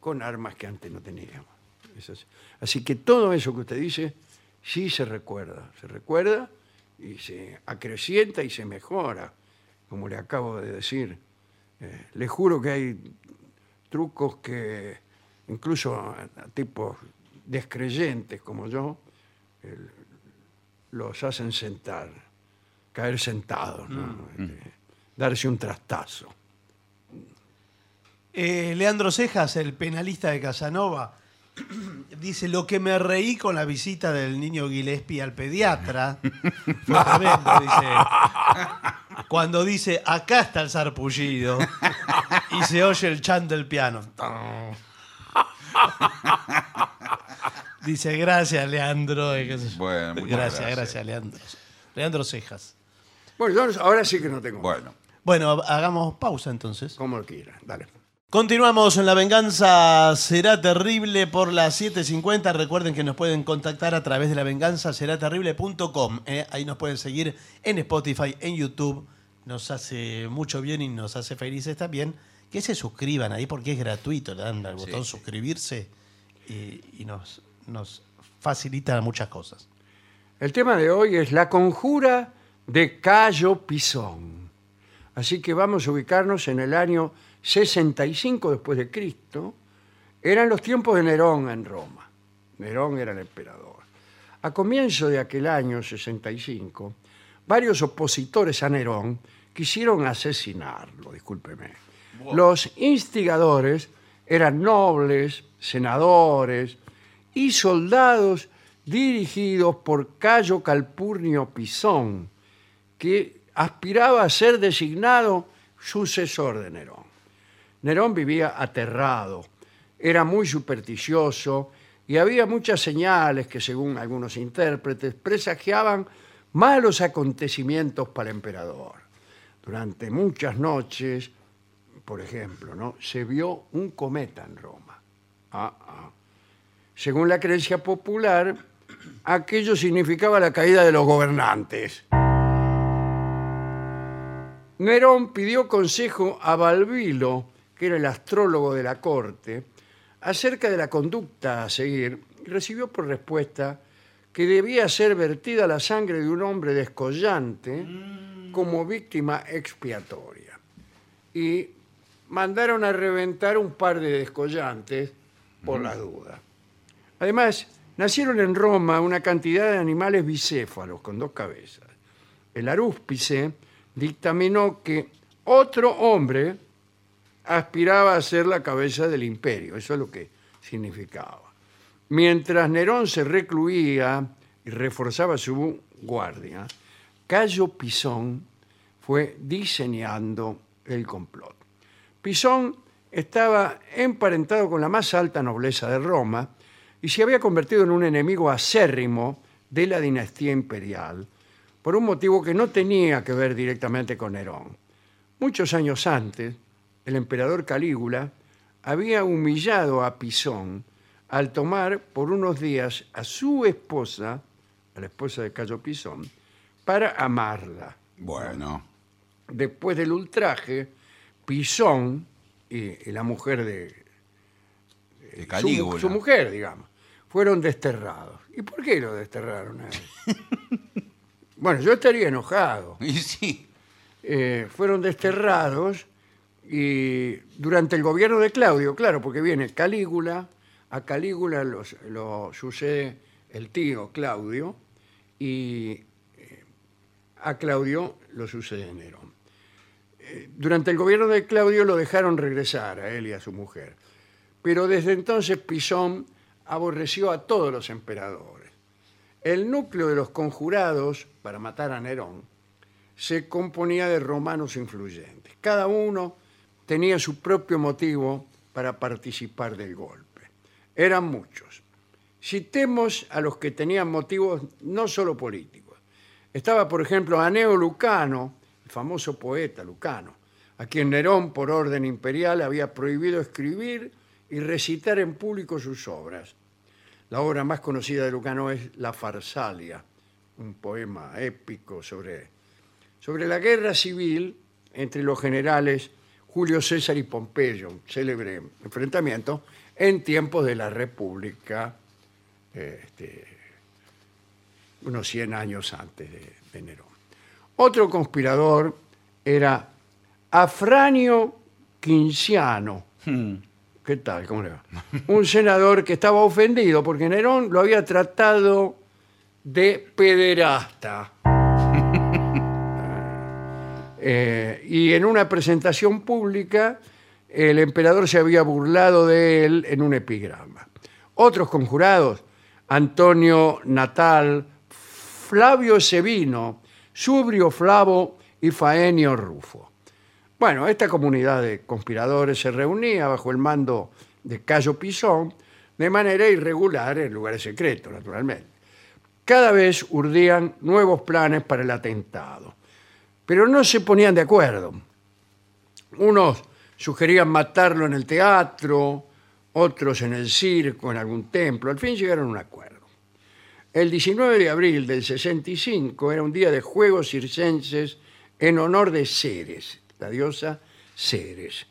con armas que antes no teníamos. Es así. Así que todo eso que usted dice sí se recuerda, se recuerda y se acrecienta y se mejora, como le acabo de decir. Eh, le juro que hay trucos que incluso a a tipos descreyentes como yo el- los hacen sentar, caer sentados, ¿no? Este, darse un trastazo.
Eh, Leandro Cejas, el penalista de Casanova, dice lo que me reí con la visita del niño Gillespie al
<laughs>
pediatra. Fue tremendo, dice. Cuando dice, acá está el sarpullido, y se oye el chant del piano. Dice, gracias, Leandro. y qué sé yo.
Bueno, muchas
gracias,
gracias.
gracias, Leandro. Leandro Cejas.
Bueno, yo ahora sí que no tengo.
Bueno.
Bueno, hagamos pausa entonces.
Como quiera, dale.
Continuamos en La Venganza Será Terrible por las 7.50. Recuerden que nos pueden contactar a través de lavenganzaseraterrible.com. ¿eh? Ahí nos pueden seguir en Spotify, en YouTube. Nos hace mucho bien y nos hace felices también. Que se suscriban ahí porque es gratuito. Le dan al botón suscribirse y, y nos, nos facilita muchas cosas.
El tema de hoy es la conjura de Cayo Pisón. Así que vamos a ubicarnos en el año 65 después de Cristo. Eran los tiempos de Nerón en Roma. Nerón era el emperador. A comienzo de aquel año 65, varios opositores a Nerón quisieron asesinarlo, discúlpeme.
Buah.
Los instigadores eran nobles, senadores y soldados dirigidos por Cayo Calpurnio Pisón, que aspiraba a ser designado sucesor de Nerón. Nerón vivía aterrado, era muy supersticioso y había muchas señales que, según algunos intérpretes, presagiaban malos acontecimientos para el emperador. Durante muchas noches, por ejemplo, ¿no? se vio un cometa en Roma. Ah, ah. Según la creencia popular, aquello significaba la caída de los gobernantes. Nerón pidió consejo a Balbilo, que era el astrólogo de la corte, acerca de la conducta a seguir y recibió por respuesta que debía ser vertida la sangre de un hombre descollante como víctima expiatoria. Y mandaron a reventar un par de descollantes por la duda. Además, nacieron en Roma una cantidad de animales bicéfalos con dos cabezas. El arúspice dictaminó que otro hombre aspiraba a ser la cabeza del imperio, eso es lo que significaba. Mientras Nerón se recluía y reforzaba su guardia, Cayo Pisón fue diseñando el complot. Pisón estaba emparentado con la más alta nobleza de Roma y se había convertido en un enemigo acérrimo de la dinastía imperial por un motivo que no tenía que ver directamente con Nerón. Muchos años antes, el emperador Calígula había humillado a Pisón al tomar por unos días a su esposa, a la esposa de Cayo Pisón, para amarla
Bueno,
después del ultraje, Pisón y, y la mujer de
de
Eh, su,
Calígula.
su mujer, digamos, fueron desterrados. ¿Y por qué lo desterraron? a él? bueno, yo estaría enojado.
<laughs> Y sí,
Eh, fueron desterrados y durante el gobierno de Claudio, claro, porque viene Calígula, a Calígula los- lo sucede el tío Claudio y eh, a Claudio lo sucede Nerón. Eh, Durante el gobierno de Claudio lo dejaron regresar a él y a su mujer, pero desde entonces Pisón aborreció a todos los emperadores. El núcleo de los conjurados para matar a Nerón se componía de romanos influyentes. Cada uno tenía su propio motivo para participar del golpe. Eran muchos. Citemos a los que tenían motivos no solo políticos. Estaba, por ejemplo, Aneo Lucano, el famoso poeta Lucano, a quien Nerón, por orden imperial, había prohibido escribir y recitar en público sus obras. La obra más conocida de Lucano es La Farsalia, un poema épico sobre sobre la guerra civil entre los generales Julio César y Pompeyo, un célebre enfrentamiento, en tiempos de la República, eh, este, unos 100 años antes de, de Nerón. Otro conspirador era Afranio Quinciano. ¿Qué tal? ¿Cómo le va? Un senador que estaba ofendido porque Nerón lo había tratado de pederasta. Eh, y en una presentación pública, el emperador se había burlado de él en un epigrama. Otros conjurados, Antonio Natal, Flavio Sevino, Subrio Flavo y Faenio Rufo. Bueno, esta comunidad de conspiradores se reunía bajo el mando de Cayo Pisón de manera irregular en lugares secretos, naturalmente. Cada vez urdían nuevos planes para el atentado pero no se ponían de acuerdo. Unos sugerían matarlo en el teatro, otros en el circo, en algún templo. Al fin llegaron a un acuerdo. El 19 de abril del 65 era un día de juegos circenses en honor de Ceres, la diosa Ceres.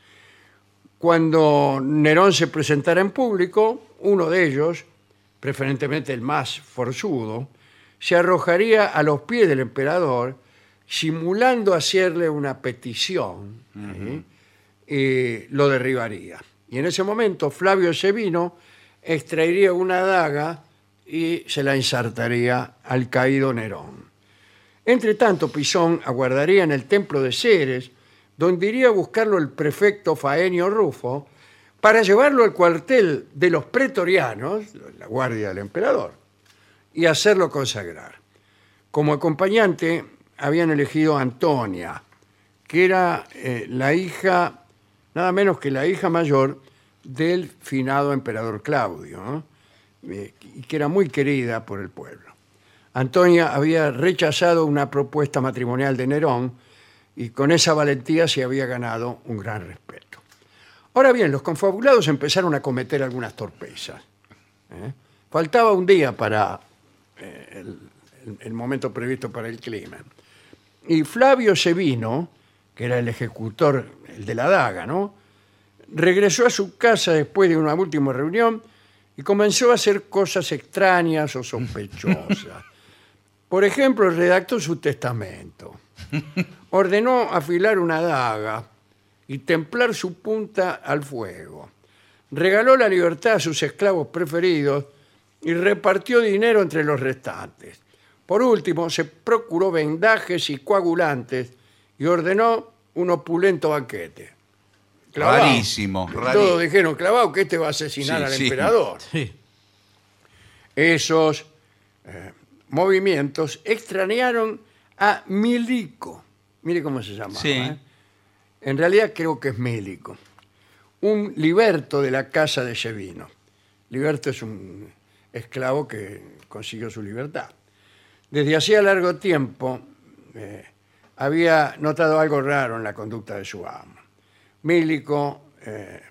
Cuando Nerón se presentara en público, uno de ellos, preferentemente el más forzudo, se arrojaría a los pies del emperador simulando hacerle una petición, ¿sí? y lo derribaría. Y en ese momento Flavio Sevino extraería una daga y se la ensartaría al caído Nerón. Entre tanto, Pisón aguardaría en el templo de Ceres, donde iría a buscarlo el prefecto Faenio Rufo, para llevarlo al cuartel de los pretorianos, la guardia del emperador, y hacerlo consagrar. Como acompañante habían elegido a Antonia, que era eh, la hija, nada menos que la hija mayor del finado emperador Claudio, ¿no? Eh, y que era muy querida por el pueblo. Antonia había rechazado una propuesta matrimonial de Nerón y con esa valentía se había ganado un gran respeto. Ahora bien, los confabulados empezaron a cometer algunas torpezas. ¿eh? Faltaba un día para eh, el, el- el momento previsto para el clima. Y Flavio Sevino, que era el ejecutor, el de la daga, ¿no? regresó a su casa después de una última reunión y comenzó a hacer cosas extrañas o sospechosas. Por ejemplo, redactó su
<laughs>
testamento. Ordenó afilar una daga y templar su punta al fuego. Regaló la libertad a sus esclavos preferidos y repartió dinero entre los restantes. Por último, se procuró vendajes y coagulantes y ordenó un opulento banquete. Clavado.
Rarísimo.
Todos
rarísimo.
dijeron, clavado, que este va a asesinar
Sí,
al
sí.
emperador.
Sí.
Esos eh, movimientos extrañaron a Milico. Mire cómo se llama.
Sí.
En realidad creo que es Milico. Un liberto de la casa de Sevino. Liberto es un esclavo que consiguió su libertad. Desde hacía largo tiempo eh, había notado algo raro en la conducta de su amo. Milico eh,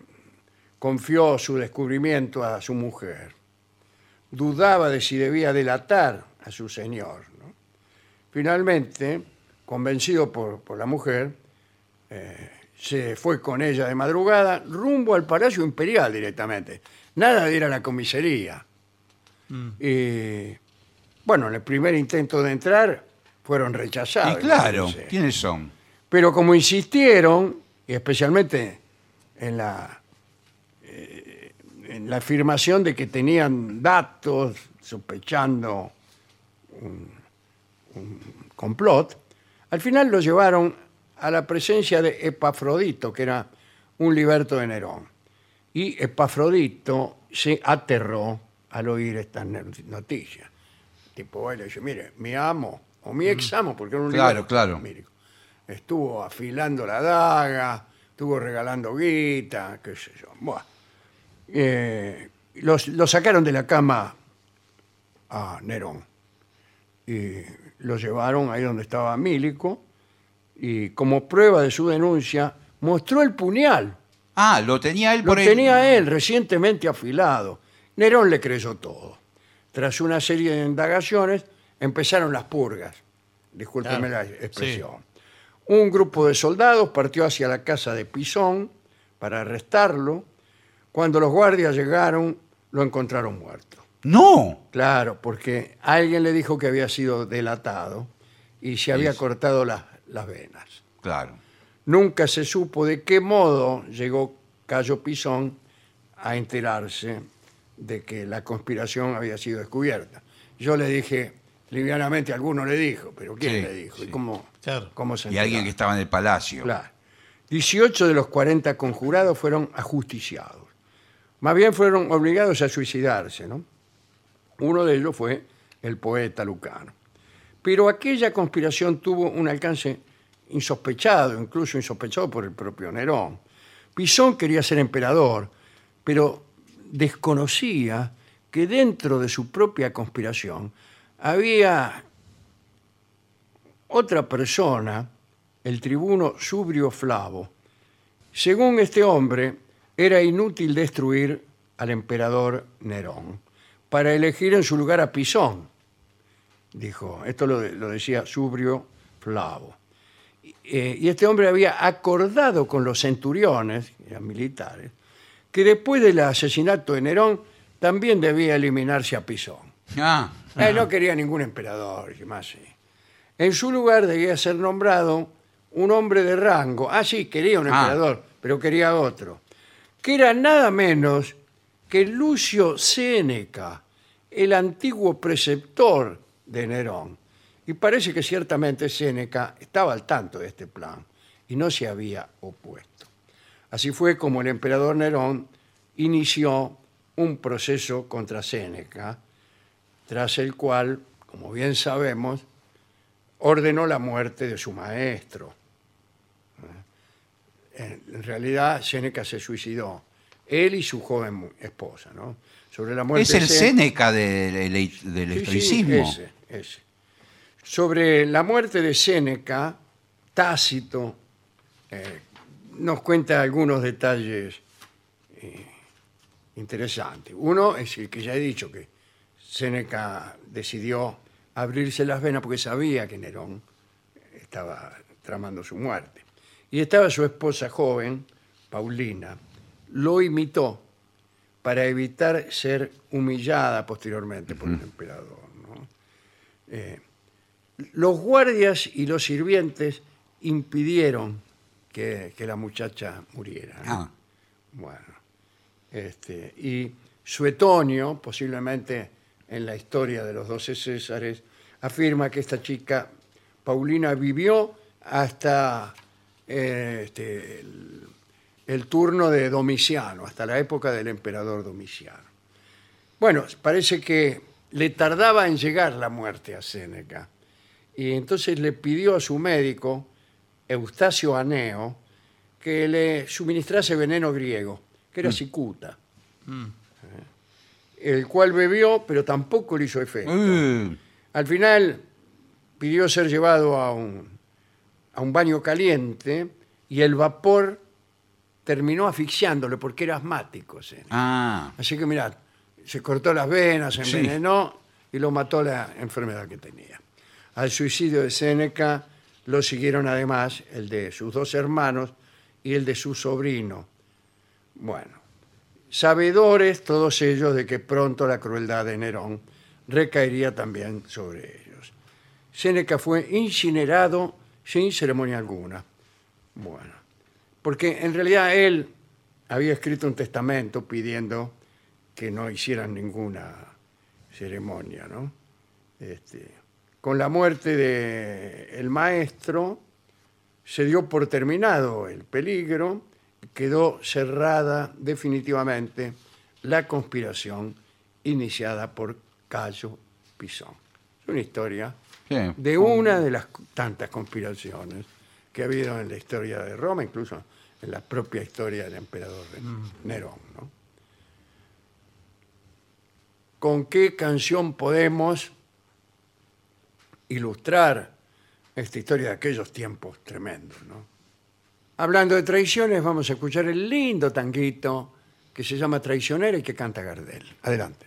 confió su descubrimiento a su mujer. Dudaba de si debía delatar a su señor. ¿no? Finalmente, convencido por, por la mujer, eh, se fue con ella de madrugada rumbo al Palacio Imperial directamente. Nada de ir a la comisaría.
Mm.
Y, bueno, en el primer intento de entrar fueron
Y
rechazados.
claro,
imagínense.
¿quiénes son?
Pero como insistieron, y especialmente en la, eh, en la afirmación de que tenían datos sospechando un, un complot, al final lo llevaron a la presencia de Epafrodito, que era un liberto de Nerón. Y Epafrodito se aterró al oír estas ne- noticias. Tipo, bueno, dice, mire, mi amo, o mi ex amo, porque era un
Mm. Claro,
liberto,
claro.
mire, estuvo afilando la daga, estuvo regalando guita, qué sé yo. Buah. Eh, los- lo sacaron de la cama a Nerón y lo llevaron ahí donde estaba Mílico y como prueba de su denuncia mostró el puñal.
Ah, lo tenía él
Lo
por ahí.
tenía él recientemente afilado. Nerón le creyó todo. Tras una serie de indagaciones empezaron las purgas. Discúlpeme
Claro,
la expresión. Un grupo de soldados partió hacia la casa de Pisón para arrestarlo. Cuando los guardias llegaron, lo encontraron muerto.
No.
Claro, porque alguien le dijo que había sido delatado y se había cortado las, las venas.
Claro.
Nunca se supo de qué modo llegó Cayo Pisón a enterarse de que la conspiración había sido descubierta. Yo le dije, livianamente, alguno le dijo, pero ¿quién
Sí,
le dijo? ¿Y
sí.
cómo,
Claro.
cómo se
Y alguien que
enteraron?
estaba en el palacio.
Claro. 18 de los 40 conjurados fueron ajusticiados. Más bien fueron obligados a suicidarse, ¿no? Uno de ellos fue el poeta Lucano. Pero aquella conspiración tuvo un alcance insospechado, incluso insospechado por el propio Nerón. Pisón quería ser emperador, pero desconocía que dentro de su propia conspiración había otra persona, el tribuno Subrio Flavo. Según este hombre, era inútil destruir al emperador Nerón para elegir en su lugar a Pisón, dijo. Esto lo, de- lo decía Subrio Flavo. Y, eh, y este hombre había acordado con los centuriones, eran militares, que después del asesinato de Nerón también debía eliminarse a Pisón.
Ah,
Eh, no quería ningún emperador y más. sí. En su lugar debía ser nombrado un hombre de rango. Ah, sí, quería un
Ah.
emperador, pero quería otro. Que era nada menos que Lucio Séneca, el antiguo preceptor de Nerón. Y parece que ciertamente Séneca estaba al tanto de este plan y no se había opuesto. Así fue como el emperador Nerón inició un proceso contra Séneca, tras el cual, como bien sabemos, ordenó la muerte de su maestro. En en realidad, Séneca se suicidó, él y su joven mu- esposa. ¿no? Sobre la muerte
Es
de
el
Séneca-
Séneca de- de- de- del
Sí, sí,
estoicismo.
ese, ese. Sobre la muerte de Séneca, Tácito eh, nos cuenta algunos detalles eh, interesantes. Uno es el que ya he dicho, que Séneca decidió abrirse las venas porque sabía que Nerón estaba tramando su muerte. Y estaba su esposa joven, Paulina, lo imitó para evitar ser humillada posteriormente por el emperador. ¿no? Eh, los guardias y los sirvientes impidieron que, que la muchacha muriera. ¿no?
Ah,
Bueno, este, y Suetonio, posiblemente en la historia de los doce Césares, afirma que esta chica, Paulina, vivió hasta eh, este, el, el turno de Domiciano, hasta la época del emperador Domiciano. Bueno, parece que le tardaba en llegar la muerte a Séneca. Y entonces le pidió a su médico, Eustacio Aneo, que le suministrase veneno griego, que era cicuta. ¿Eh? El cual bebió, pero tampoco le hizo efecto.
eh,
Al final pidió ser llevado a un, a un baño caliente y el vapor terminó asfixiándole porque era asmático. Séneca.
ah,
Así que mirad, se cortó las venas, se
Sí.
envenenó y lo mató la enfermedad que tenía. Al suicidio de Séneca lo siguieron además el de sus dos hermanos y el de su sobrino. Bueno, sabedores todos ellos de que pronto la crueldad de Nerón recaería también sobre ellos. Séneca fue incinerado sin ceremonia alguna. Bueno, porque en realidad él había escrito un testamento pidiendo que no hicieran ninguna ceremonia, ¿no? Este, con la muerte del maestro se dio por terminado el peligro, quedó cerrada definitivamente la conspiración iniciada por Cayo Pisón. Es una historia
sí.
de una de las tantas conspiraciones que ha habido en la historia de Roma, incluso en la propia historia del emperador de- Nerón. ¿no? ¿Con qué canción podemos ilustrar esta historia de aquellos tiempos tremendos? ¿no? Hablando de traiciones, vamos a escuchar el lindo tanguito que se llama Traicionera y que canta Gardel. Adelante.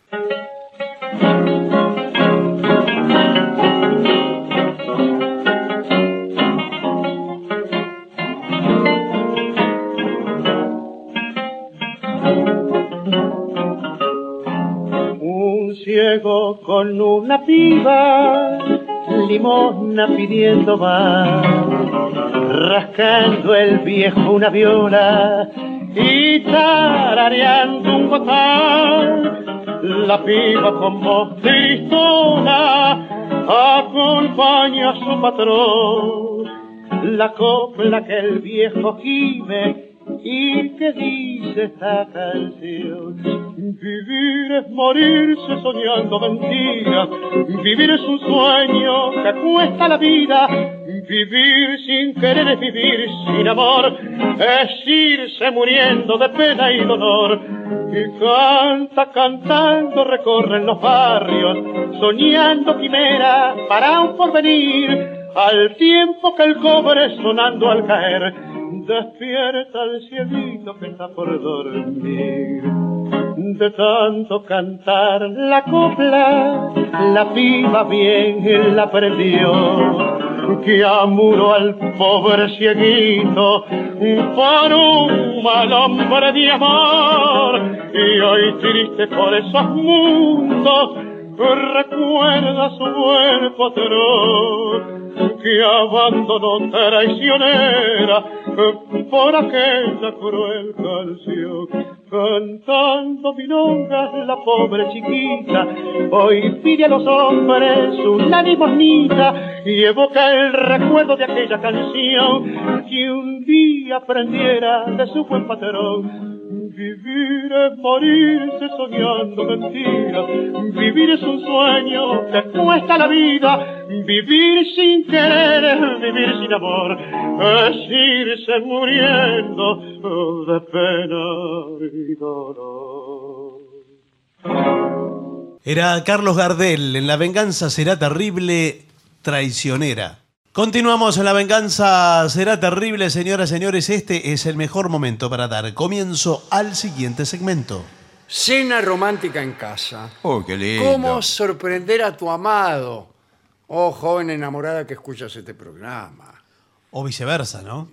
Un ciego con una piba, limosna pidiendo va, rascando el viejo una viola y tarareando un cotán. La piba con voz tristona acompaña a su patrón. La copla que el viejo gime ¿Y qué dice esta canción? Vivir es morirse soñando mentiras, vivir es un sueño que cuesta la vida, vivir sin querer es vivir sin amor, es irse muriendo de pena y dolor. Y canta, cantando recorren los barrios, soñando quimera para un porvenir, al tiempo que el cobre sonando al caer despierta el cielito que está por dormir. De tanto cantar la copla, la piba bien la perdió, que amuró al pobre cieguito por un mal hombre de amor. Y hoy triste por esos mundos, recuerda su buen patrón que abandonó traicionera por aquella cruel canción. Cantando milongas la pobre chiquita, hoy pide a los hombres una limonita y evoca el recuerdo de aquella canción que un día aprendiera de su buen patrón. Vivir es morirse soñando mentiras, vivir es un sueño que cuesta la vida, vivir sin querer es vivir sin amor, es irse muriendo de pena y dolor.
Era Carlos Gardel en La venganza será terrible, traicionera. Continuamos en La venganza será terrible, señoras y señores. Este es el mejor momento para dar comienzo al siguiente segmento.
Cena romántica en casa.
Oh, qué lindo.
¿Cómo sorprender a tu amado? Oh, joven enamorada que escuchas este programa.
O viceversa, ¿no?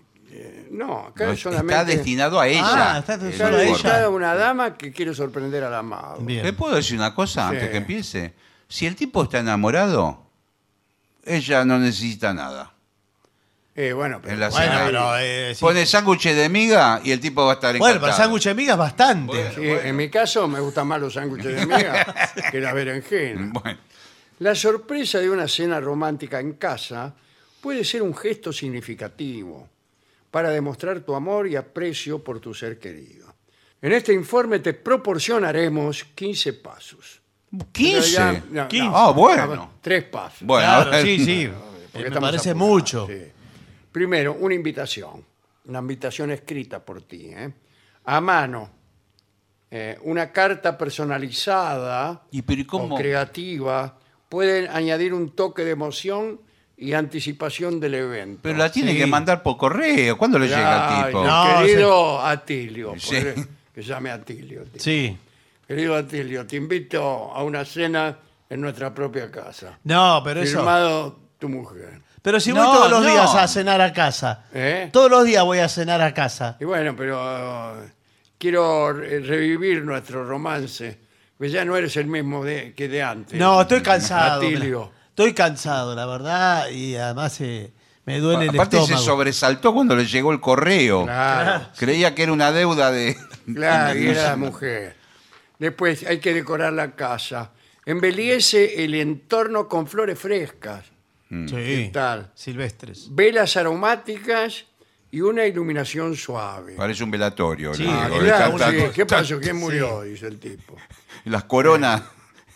No, acá
No,
es solamente...
Está destinado a ella. Eh,
Ah, está
el
destinado
Cada,
a
informe.
ella.
cada una dama que quiere sorprender al amado.
Bien.
¿Le puedo decir una cosa antes
Sí.
que empiece? Si el tipo está enamorado, ella no necesita nada.
Eh, bueno, pero
En la
Bueno,
cena.
pero, eh, sí.
Pone sándwiches de miga y el tipo va a estar
Bueno,
encantado.
para sándwich de migas bastante.
Sí, En mi caso me gustan más los sándwiches de
<laughs>
miga que las berenjenas.
Bueno,
La sorpresa de una cena romántica en casa puede ser un gesto significativo para demostrar tu amor y aprecio por tu ser querido. En este informe te proporcionaremos 15 pasos. Pero ya-
15.
no, no,
15.
Ah, bueno.
Tres pasos.
Bueno, a
Claro,
ver.
sí, sí.
porque
me
estamos
parece
apurados,
mucho.
sí. Primero, una invitación. Una invitación escrita por ti, ¿eh? A mano. Eh, una carta personalizada
¿Y pero y cómo?
o creativa pueden añadir un toque de emoción y anticipación del evento.
Pero la tiene
Sí.
que mandar por correo. ¿Cuándo le llega
Ay,
al tipo?
no.
Querido Atilio,
Sí.
ponle- que llame Atilio. tío.
Sí.
Querido Atilio, te invito a una cena en nuestra propia casa.
No, pero eso.
Firmado tu mujer.
Pero si
No,
voy todos los
no.
días a cenar a casa.
¿Eh?
Todos los días voy a cenar a casa.
Y bueno, pero eh, quiero re- revivir nuestro romance, que ya no eres el mismo de- que de antes.
No, estoy cansado.
Atilio.
mira. Estoy cansado, la verdad. Y además eh, me duele el
Aparte se
estómago.
sobresaltó cuando le llegó el correo.
<laughs>
Claro,
Creía que era una deuda de...
<laughs> claro, y
<laughs>
era la mujer. Después hay que decorar la casa. Embellece el entorno con flores frescas,
Sí.
¿Qué tal?
Silvestres.
velas aromáticas y una iluminación suave.
Parece un velatorio.
Sí,
le digo,
Ah,
de
claro,
tanta-
sí, ¿Qué pasó? ¿Quién murió? Dice el tipo. <laughs>
Las coronas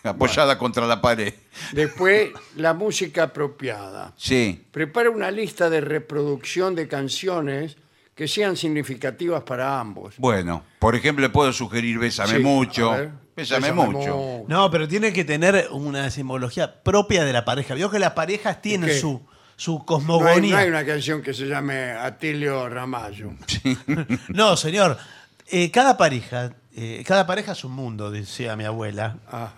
apoyadas contra la pared.
Después, la música apropiada.
Sí.
Prepara una lista de reproducción de canciones que sean significativas para ambos.
Bueno, por ejemplo, le puedo sugerir Bésame
Sí,
mucho.
a ver.
Bésame,
Bésame
mucho.
No, pero tiene que tener una simbología propia de la pareja. Vio que las parejas tienen
qué?
su, su
No hay, no
cosmogonía.
hay una canción que se llame Atilio Ramallo.
No, señor. Eh, cada pareja, eh, cada pareja es un mundo, decía mi abuela.
Ajá.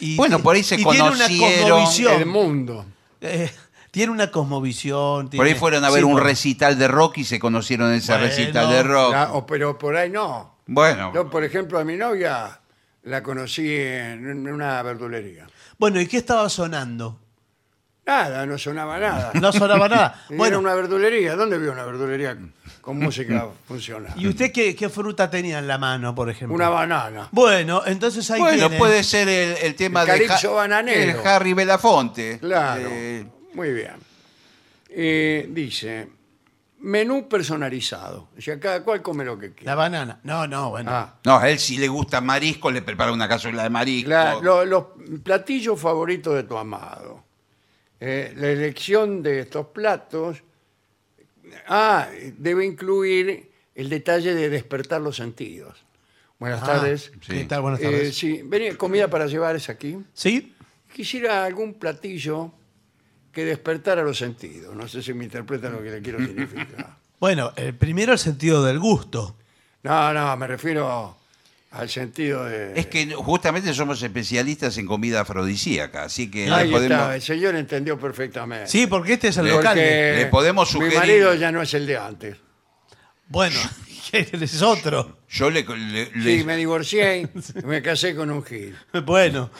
Y-
Bueno, por ahí se
y tiene una
conocieron.
cosmovisión.
El mundo.
Eh, tiene una cosmovisión.
Por ahí
tiene-
fueron a ver
sí,
un
bueno.
recital de rock y se conocieron en ese
Bueno.
recital de rock.
La- o- pero por ahí no.
Bueno,
Yo, por ejemplo, a mi novia la conocí en en una verdulería.
Bueno, ¿y qué estaba sonando?
Nada, no sonaba nada.
No sonaba nada.
Y <laughs> Era
Bueno,
una verdulería. ¿Dónde vio una verdulería con música funcional?
¿y usted qué, qué fruta tenía en la mano, por ejemplo?
Una banana.
Bueno, entonces ahí
bueno
tienen.
puede ser el, el tema
El
de
calipso bananero.
el Harry Belafonte.
Claro.
Eh,
Muy bien. Eh, dice, menú personalizado. O sea, cada cual come lo que quiera.
La banana. No, no, bueno.
Ah,
no, a él si le gusta marisco, le prepara una cazuela de marisco.
la- lo- los platillos favoritos de tu amado. Eh, la elección de estos platos. Ah, debe incluir el detalle de despertar los sentidos. Buenas
Ah,
tardes.
¿Qué
Sí.
tal? Buenas
Eh,
tardes.
sí, vení, comida para llevar es aquí.
¿Sí?
Quisiera algún platillo que despertara los sentidos. No sé si me interpretan lo que le quiero significar.
Bueno, el primero el sentido del gusto.
No, no, me refiero al sentido de.
Es que justamente somos especialistas en comida afrodisíaca, así que
Ahí
le podemos,
está, el señor entendió perfectamente.
Sí, porque este es el
Le-
local.
Porque
Le podemos
Mi
sugerir-
marido ya no es el de antes.
Bueno, <laughs> este es otro.
yo le, le-
Sí,
le- <laughs>
me divorcié, me casé con un gil.
Bueno,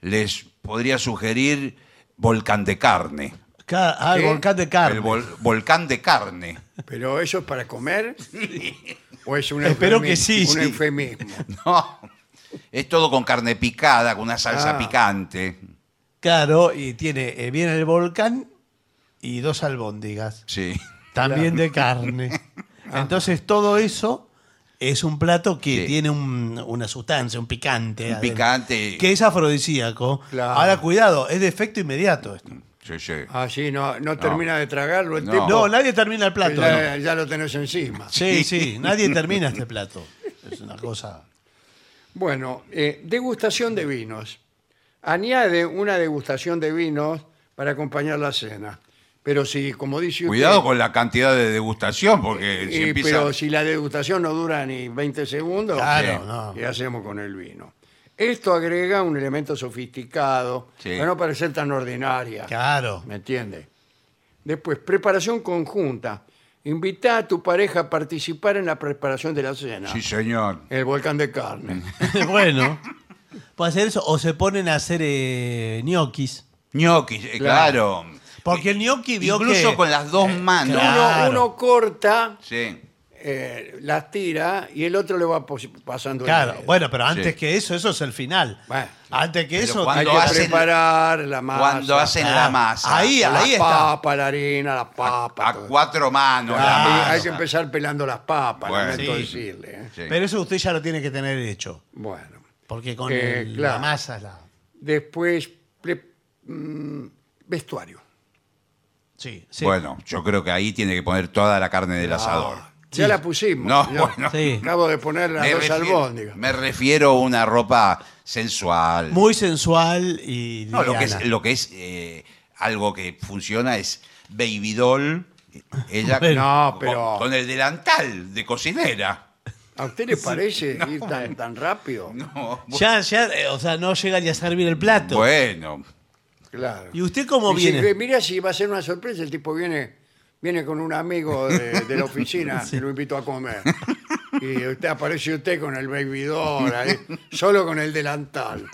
les podría sugerir volcán de carne.
Ca- ah, el
¿Qué?
volcán de carne.
El vol- volcán de carne. <laughs>
¿Pero eso es para comer? ¿O es un
Espero que
eufemismo?
sí,
Un
sí.
eufemismo.
No. Es todo con carne picada, con una salsa
Ah.
picante.
Claro, y tiene, eh, viene el volcán y dos albóndigas.
Sí.
También
<laughs>
de carne. Entonces todo eso es un plato que
Sí.
tiene un- una sustancia, un picante.
Un
adentro,
picante.
Que es afrodisíaco.
Claro.
Ahora, cuidado, es de efecto inmediato esto.
Sí, sí.
Ah, sí, no, no termina de tragarlo el
No.
tipo.
No, nadie termina el plato.
ya, ya lo tenés encima.
¿no? Sí, sí, nadie termina este plato. Es una cosa.
Bueno, eh, degustación de vinos. Añade una degustación de vinos para acompañar la cena. Pero si, como dice usted...
Cuidado con la cantidad de degustación, porque si
eh,
empieza.
Pero si la degustación no dura ni 20 segundos,
Claro,
Sí.
no.
¿qué hacemos con el vino? Esto agrega un elemento sofisticado
Sí.
para no parecer tan ordinaria.
<laughs>
Claro.
¿Me entiende? Después, preparación conjunta. Invita a tu pareja a participar en la preparación de la cena.
Sí, Mm. señor.
El volcán de carne.
bueno. Puede hacer eso. O se ponen a hacer eh, ñoquis.
Gnocchi, eh, claro.
Porque el gnocchi vio
Incluso
que-
con las
Eh,
dos manos.
claro.
Uno, uno corta,
Sí.
eh, las tira y el otro le va pos- pasando el
Claro,
dedo.
bueno, pero antes
Sí.
que eso, eso es el final.
Bueno.
antes que
Pero
eso,
Hay
cuando
que
hacen-
preparar la masa.
Cuando hacen
Ah,
la masa.
ahí,
la
ahí está.
papa, la harina, la papa.
A
todo.
cuatro manos.
Sí,
la masa.
hay que empezar pelando las papas,
Bueno.
lamento
Sí.
decirle. ¿eh?
Sí.
Pero eso usted ya lo tiene que tener hecho.
Bueno.
Porque con
Eh,
el-
claro.
la masa es la.
Después, pre- mm, vestuario.
Sí, sí.
Bueno, yo creo que ahí tiene que poner toda la carne del asador.
Ya la pusimos.
No,
ya.
bueno.
Sí.
Acabo de poner las
me,
dos
refiero,
albóndigas.
me refiero a una ropa sensual.
Muy sensual y.
No, lo que es,
liviana.
lo que es eh, algo que funciona es Baby Doll. Ella
Bueno.
No,
con-
pero-
con, el delantal de cocinera. <laughs>
¿A usted le parece ir tan, tan rápido?
No, bu-
Ya, ya, eh, o sea, no llega ni a servir el plato.
bueno,
Claro.
¿Y usted cómo
Dice,
viene?
"Ve, mira si va a ser una sorpresa, el tipo viene viene con un amigo de, de la
<laughs>
oficina, que lo invitó a comer. Y usted aparece usted con el baby doll, ahí, solo con el delantal.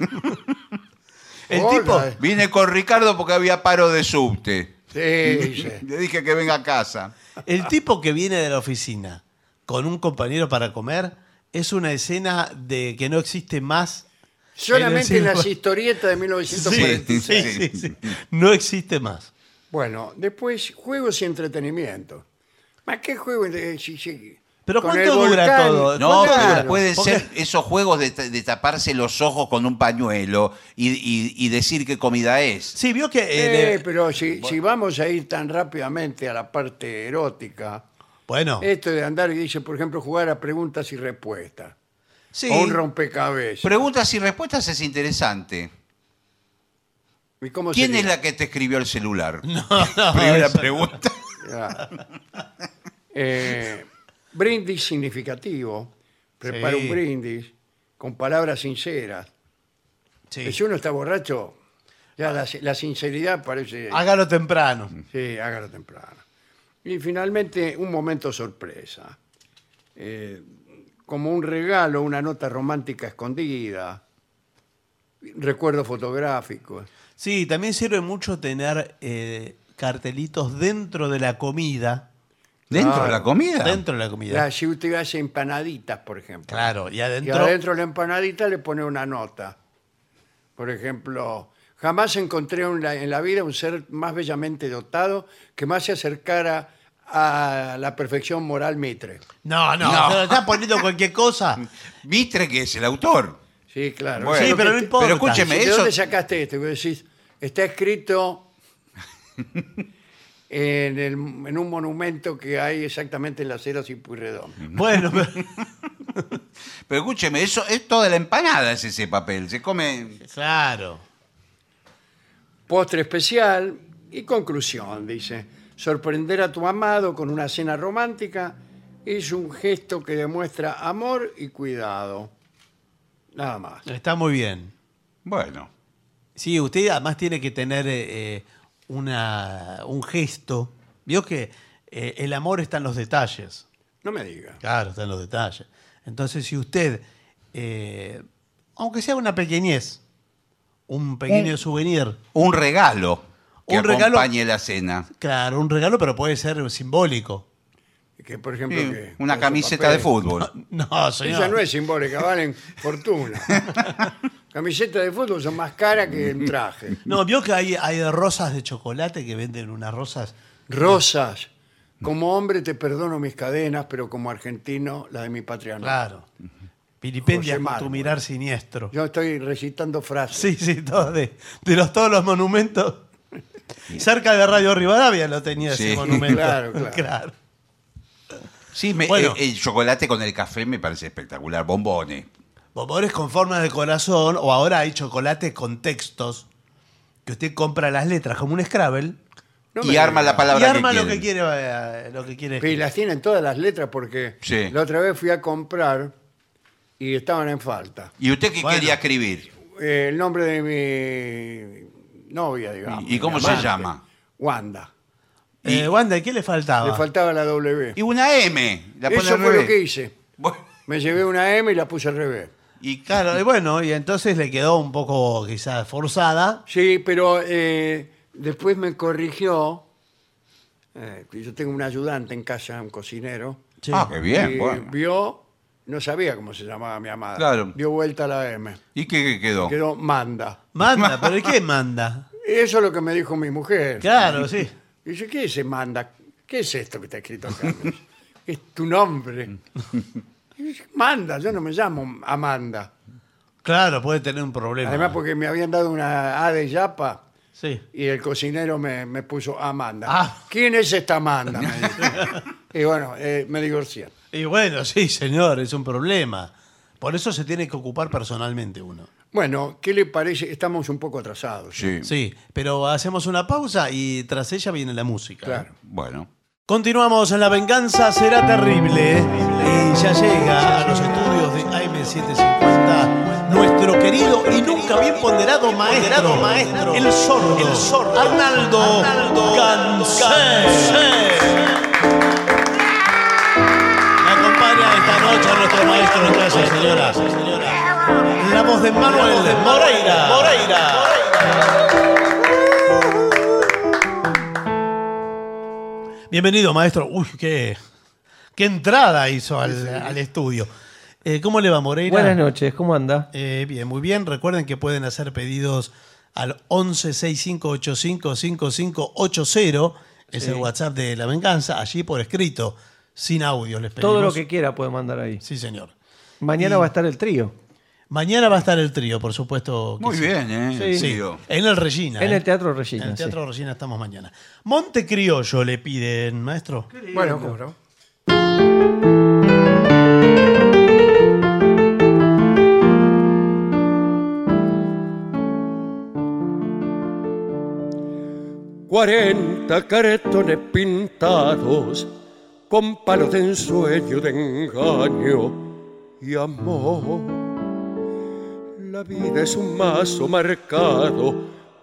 El
Hola.
tipo.
vine con Ricardo porque había paro de subte.
Sí, dice.
Le dije que venga a casa.
El tipo que viene de la oficina con un compañero para comer es una escena de que no existe más.
Solamente en
el
las
cine-
historietas de 1946.
sí, sí, sí. No existe más.
Bueno, después juegos y entretenimiento. ¿Más qué juego? Eh, sí, sí.
Pero
Con el
¿cuánto dura
volcán.
todo?
No,
¿Cuánto
Claro.
pero pueden
Porque-
ser esos juegos de, ta- de taparse los ojos con un pañuelo y, y- y decir qué comida es.
Sí, vio que. eh,
Eh,
de-
pero si, si vamos a ir tan rápidamente a la parte erótica,
Bueno.
esto de andar y dice, por ejemplo, jugar a preguntas y respuestas.
sí.
O un rompecabezas.
Preguntas y respuestas es interesante.
¿Y cómo
¿Quién
sería?
es la que te escribió el celular?
<laughs> no,
Primera
eso-
pregunta.
<laughs> Ah. Eh, brindis significativo. Prepara
Sí.
un brindis con palabras sinceras.
Sí.
Si uno está borracho, ya la, la sinceridad parece...
Hágalo temprano.
Sí, hágalo temprano. Y finalmente, un momento sorpresa. Eh, como un regalo, una nota romántica escondida, recuerdos fotográficos.
Sí, también sirve mucho tener eh, cartelitos dentro de la comida.
¿Dentro
Claro.
de la comida?
Dentro de la comida.
Ya, si usted hace empanaditas, por ejemplo.
Claro, y
Y
adentro.
adentro de la empanadita le pone una nota. Por ejemplo, jamás encontré en la, en la vida un ser más bellamente dotado que más se acercara a la perfección moral mitre.
No, no,
No.
se lo está poniendo cualquier cosa.
Mitre, que es el autor.
Sí, claro.
Bueno.
Eso
sí,
es
pero
lo
no
que-
importa.
pero escúcheme.
¿De
Eso-
dónde sacaste esto? Que decís, está
<laughs>
escrito en, el- en un monumento que hay exactamente en las eras y Puyredón.
Bueno, pero-
Pero escúcheme, eso es toda la empanada, es ese papel. Se come.
claro.
Postre especial y conclusión, dice. Sorprender a tu amado con una cena romántica es un gesto que demuestra amor y cuidado. Nada más.
Está muy bien.
Bueno,
Sí, usted además tiene que tener eh, eh, una, un gesto. Vio que eh, el amor está en los detalles.
No me diga.
Claro, está en los detalles. Entonces, si usted, eh, aunque sea una pequeñez, un pequeño
Eh.
souvenir.
Un regalo que
Un regalo-
acompañe la cena.
Claro, un regalo, pero puede ser simbólico. <laughs>
Que, por ejemplo,
Sí,
que-
una
esos
camiseta de
papeles.
fútbol.
No,
Esa
señor.
no es simbólica, valen
<laughs>
fortuna. Camisetas de fútbol son más caras que el traje.
No, vio que hay, hay rosas de chocolate que venden unas rosas.
Rosas. Como hombre te perdono mis cadenas, pero como argentino la de mi patria no.
Claro. Pilipendia
José
con tu
Mármol.
mirar siniestro.
Yo estoy recitando frases.
<laughs> Sí, sí, todo de, de los, todos los monumentos. Cerca de Radio Rivadavia lo tenía
Sí. <laughs>
ese monumento.
Claro,
<laughs>
claro.
Sí, me-
Bueno.
eh, el chocolate con el café me parece espectacular. Bombones.
Bombones con forma de corazón, o ahora hay chocolates con textos, que usted compra las letras como un Scrabble
No me
y arma
digas.
la palabra
y arma
que
lo
quieren.
que quiere. eh, Lo que quiere.
Y las tienen todas las letras porque
Sí.
la otra vez fui a comprar y estaban en falta.
¿Y usted qué
Bueno.
quería escribir?
Eh, el nombre de mi novia, digamos.
¿Y cómo
mi
se
amante,
llama?
Wanda.
Eh,
y-
Wanda, ¿qué le faltaba?
Le faltaba la W.
Y una M. La pone
Eso
al
fue lo
revés.
que hice.
Bueno,
Me llevé una M y la puse al revés.
y
Claro, y bueno, y entonces le quedó un poco quizás forzada.
Sí, pero eh, después me corrigió. eh, yo tengo un ayudante en casa, un cocinero.
Sí.
Ah, qué bien,
y
bueno.
vio, no sabía cómo se llamaba mi amada.
Claro.
Dio vuelta a la M.
¿Y qué, qué quedó?
Quedó Manda.
Manda, pero ¿y qué manda?
Eso es lo que me dijo mi mujer.
Claro, sí.
Dice, ¿qué se manda? ¿Qué es esto que está escrito acá? es tu
<laughs>
nombre. Y dice, Manda, yo no me llamo Amanda.
Claro, puede tener un problema.
Además porque me habían dado una A de yapa
Sí.
y el cocinero me, me puso Amanda.
Ah.
¿Quién es esta
<laughs>
Amanda? Me dijo. <laughs> y bueno, eh, me divorcié.
Y bueno, sí, señor, es un problema. Por eso se tiene que ocupar personalmente uno.
Bueno, ¿qué le parece? Estamos un poco atrasados.
Sí.
Sí, pero hacemos una pausa y tras ella viene la música.
Claro.
Bueno.
Continuamos en La Venganza Será Terrible. ¿eh? Y ya llega a los estudios de AM750 nuestro querido y nunca bien ponderado maestro, maestro el sordo, el sordo Arnaldo, Gansé. Me acompaña esta noche nuestro maestro de clase, señora. La voz de Manuel Moreira. Moreira. Bienvenido, maestro. Uy, qué, qué entrada hizo al, al estudio. Eh, ¿Cómo le va, Moreira?
Buenas noches, ¿cómo anda?
Eh, bien, muy bien. Recuerden que pueden hacer pedidos al 11 6585 5580. Es el WhatsApp de La Venganza, allí por escrito, sin audio. Les pedimos.
Todo lo que quiera puede mandar ahí.
Sí, señor.
Mañana va a estar el trío.
Mañana va a estar el trío, por supuesto. que
Muy
sí.
bien, ¿eh?
Sí.
Sí,
Tío.
en el Regina.
En
¿eh?
el Teatro Regina.
En el
sí.
Teatro Regina estamos mañana. Monte Criollo le piden, maestro.
Bueno, ¿cómo no?
Cuarenta caretones pintados con palos de ensueño, de engaño y amor. La vida es un mazo marcado,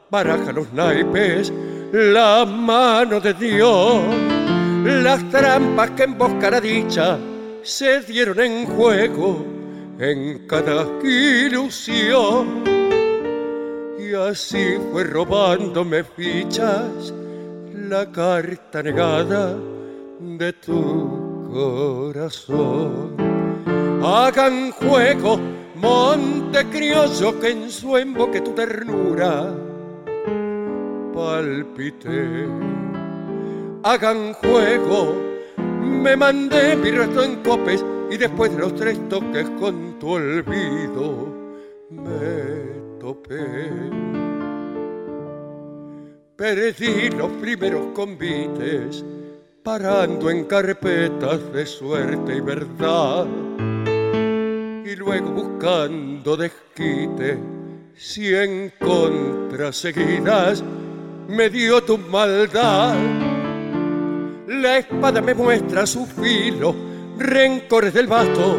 baraja los naipes, la mano de Dios. Las trampas que embosca la dicha se dieron en juego en cada ilusión. Y así fue robándome fichas la carta negada de tu corazón. Hagan juego, monte crioso, que en su emboque tu ternura palpité. Hagan juego, me mandé mi resto en copes y después de los tres toques con tu olvido me topé. Perdí los primeros convites, parando en carpetas de suerte y verdad. Y luego buscando desquite, cien contras seguidas, me dio tu maldad. La espada me muestra su filo, rencores del vasto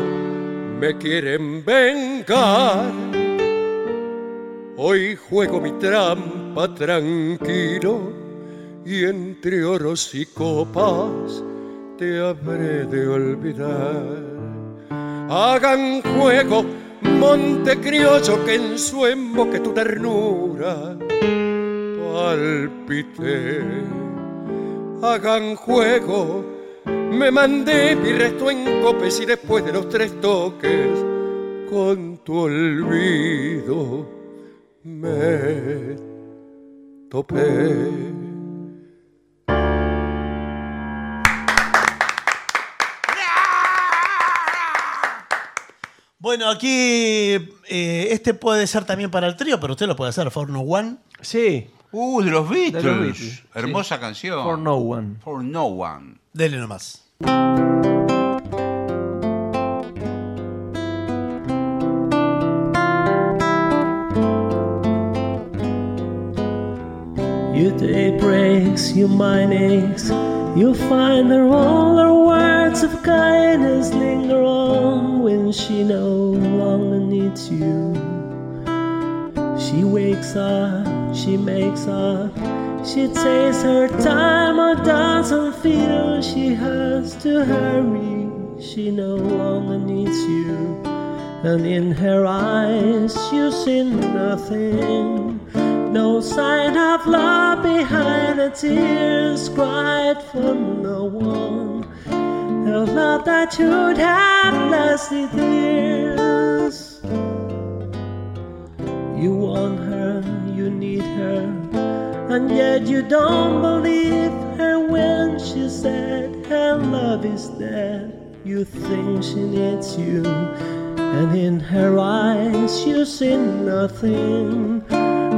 me quieren vengar. Hoy juego mi trampa tranquilo y entre oros y copas te habré de olvidar. Hagan juego,
monte criollo que en su emboque tu ternura palpité. Hagan juego, me mandé mi resto en copes y después de los tres toques con tu olvido me topé.
Bueno, aquí eh, este puede ser también para el trío, pero usted lo puede hacer, For No One.
Sí,
Uh, de los Beatles.
De los Beatles,
Hermosa canción.
for no one.
For no one.
Dele nomás.
Your day breaks, your mind aches. You'll find that all her words of kindness linger on when she no longer needs you. She wakes up, she makes up. She takes her time or doesn't feel she has to hurry. She no longer needs you. And in her eyes you see nothing. No sign of love behind the tears cried from no one. The love that should have lasted years. You want her, you need her, and yet you don't believe her when she said her love is dead. You think she needs you, and in her eyes you see nothing.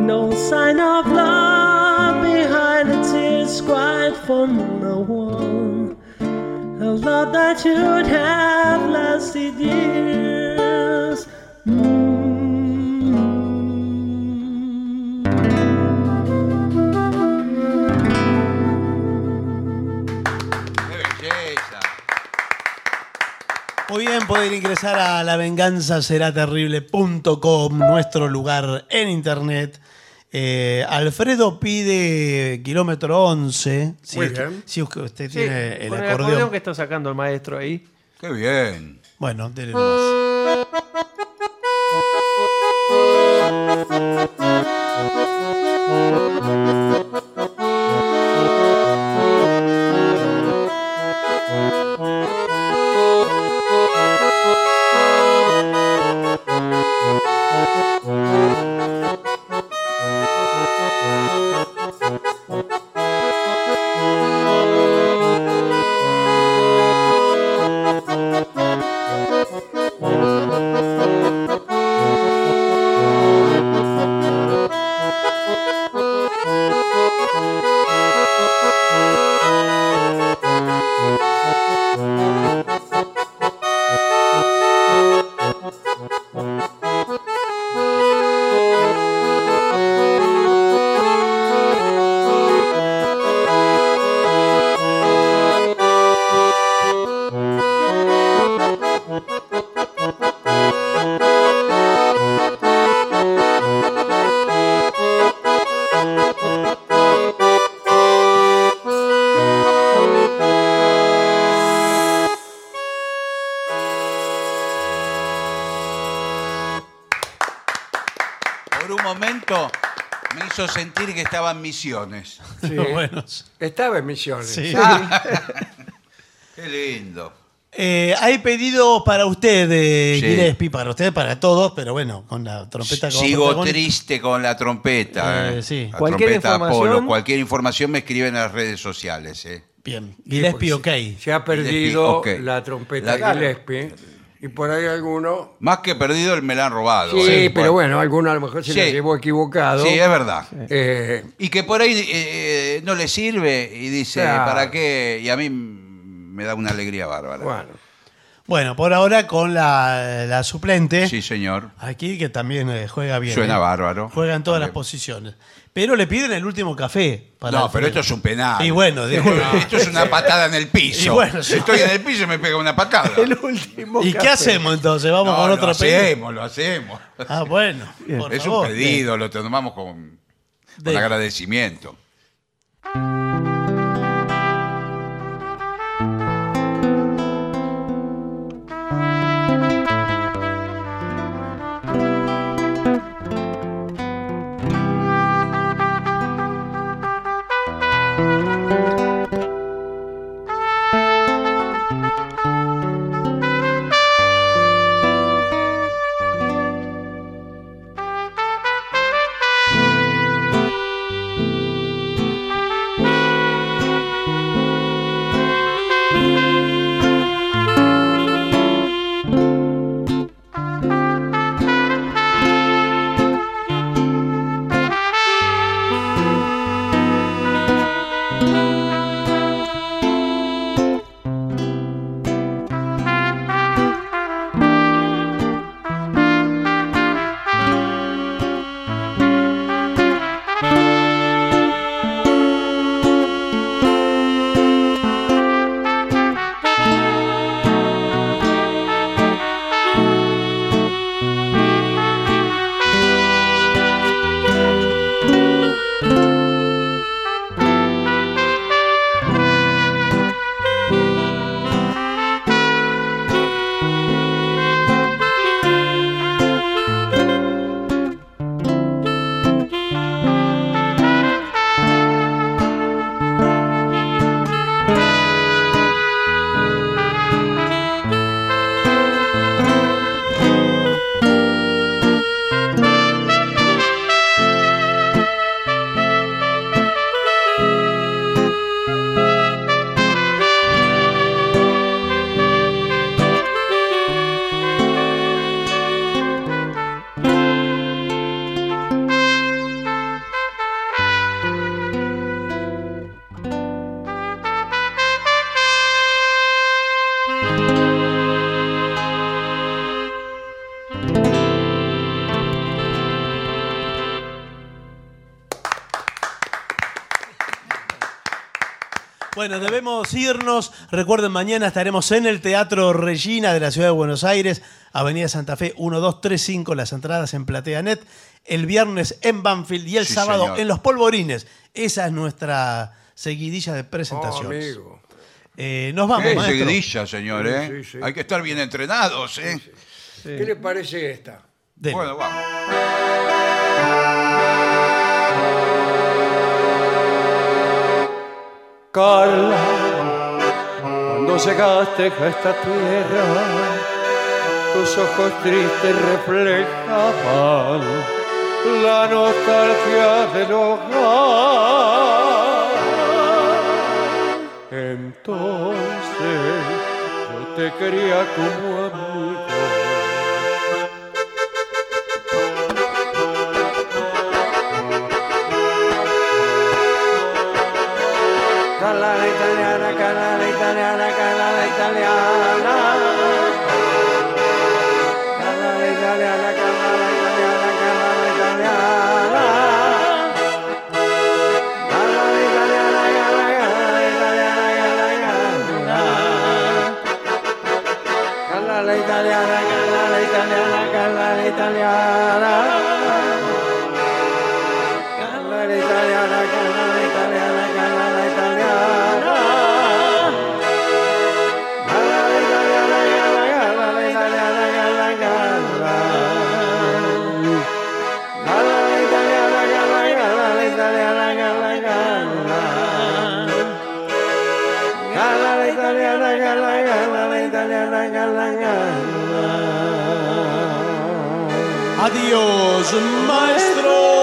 No sign of love behind the tears cried from no one. A love that should have lasted years. Mm.
¡Qué belleza!
Muy bien, pueden ingresar a lavenganzaseraterrible.com, nuestro lugar en internet. Eh, Alfredo pide kilómetro 11. Si,
Muy
es que-
bien.
si es que usted
Sí,
tiene el
con
acordeón.
que está sacando el maestro ahí.
¡Qué bien!
Bueno, dele nomás.
Por un momento me hizo sentir que estaba en misiones. <laughs>
Sí.
Bueno, Ah, sí.
Estaba en Misiones.
¡Qué lindo!
Eh, hay pedidos para usted, eh,
Sí.
Gillespie, para usted, para todos, pero bueno, con la trompeta como
Sigo
protagonista.
triste con la trompeta.
Eh,
eh.
sí.
La
Cualquier
trompeta
información-
Apolo. Cualquier información me escriben en las redes sociales. eh.
Bien, Gillespie, ok.
Se ha perdido
Gillespie, ok.
la trompeta
La-
Gillespie y por ahí alguno.
Más que perdido, el me la han robado.
Sí,
eh.
pero bueno, alguno a lo mejor se
Sí.
la llevó equivocado.
Sí, es verdad.
Eh,
Y que por ahí eh, eh, no le sirve y dice,
Claro.
¿para qué? Y a mí me da una alegría bárbara.
bueno,
Bueno, por ahora con la, la suplente.
Sí, señor.
Aquí que también eh, juega bien.
Suena
eh.
bárbaro.
Juega en todas las
También.
posiciones. Pero le piden el último café. para
No,
el
pero esto
final.
es un penal.
Y bueno,
<laughs>
disculpe.
Esto es una patada en el piso.
<laughs> Y bueno, sí.
Estoy en el piso y me pega una
<laughs>
patada.
último
¿Y qué hacemos entonces? ¿Vamos
No,
con
lo
otro pedido?
hacemos, lo hacemos.
Ah, bueno. por
<laughs> es
favor.
un pedido, lo tomamos con, con
De-
agradecimiento.
Bueno, debemos irnos. Recuerden, mañana estaremos en el Teatro Regina de la Ciudad de Buenos Aires, Avenida Santa Fe 1235, las entradas en PlateaNet. El viernes en Banfield y el
Sí,
sábado
señor.
en Los Polvorines. Esa es nuestra seguidilla de
Oh,
presentaciones.
amigo.
Eh, nos vamos,
Qué
maestro.
seguidilla, señor, ¿eh?
Sí, sí.
Hay que estar bien entrenados, ¿eh?
Sí.
¿Qué le parece esta?
Dele.
Bueno, vamos.
Carla, cuando llegaste a esta tierra, tus ojos tristes reflejaban la nostalgia del hogar. Entonces yo te quería como amigo. Calada italiana, calada italiana, calada italiana. Calada italiana, calada italiana, calada italiana. Calada italiana, calada, calada italiana, calada, calada. Calada italiana, calada italiana, calada italiana. Calada italiana, calada italiana, calada italiana.
Adiós, maestro.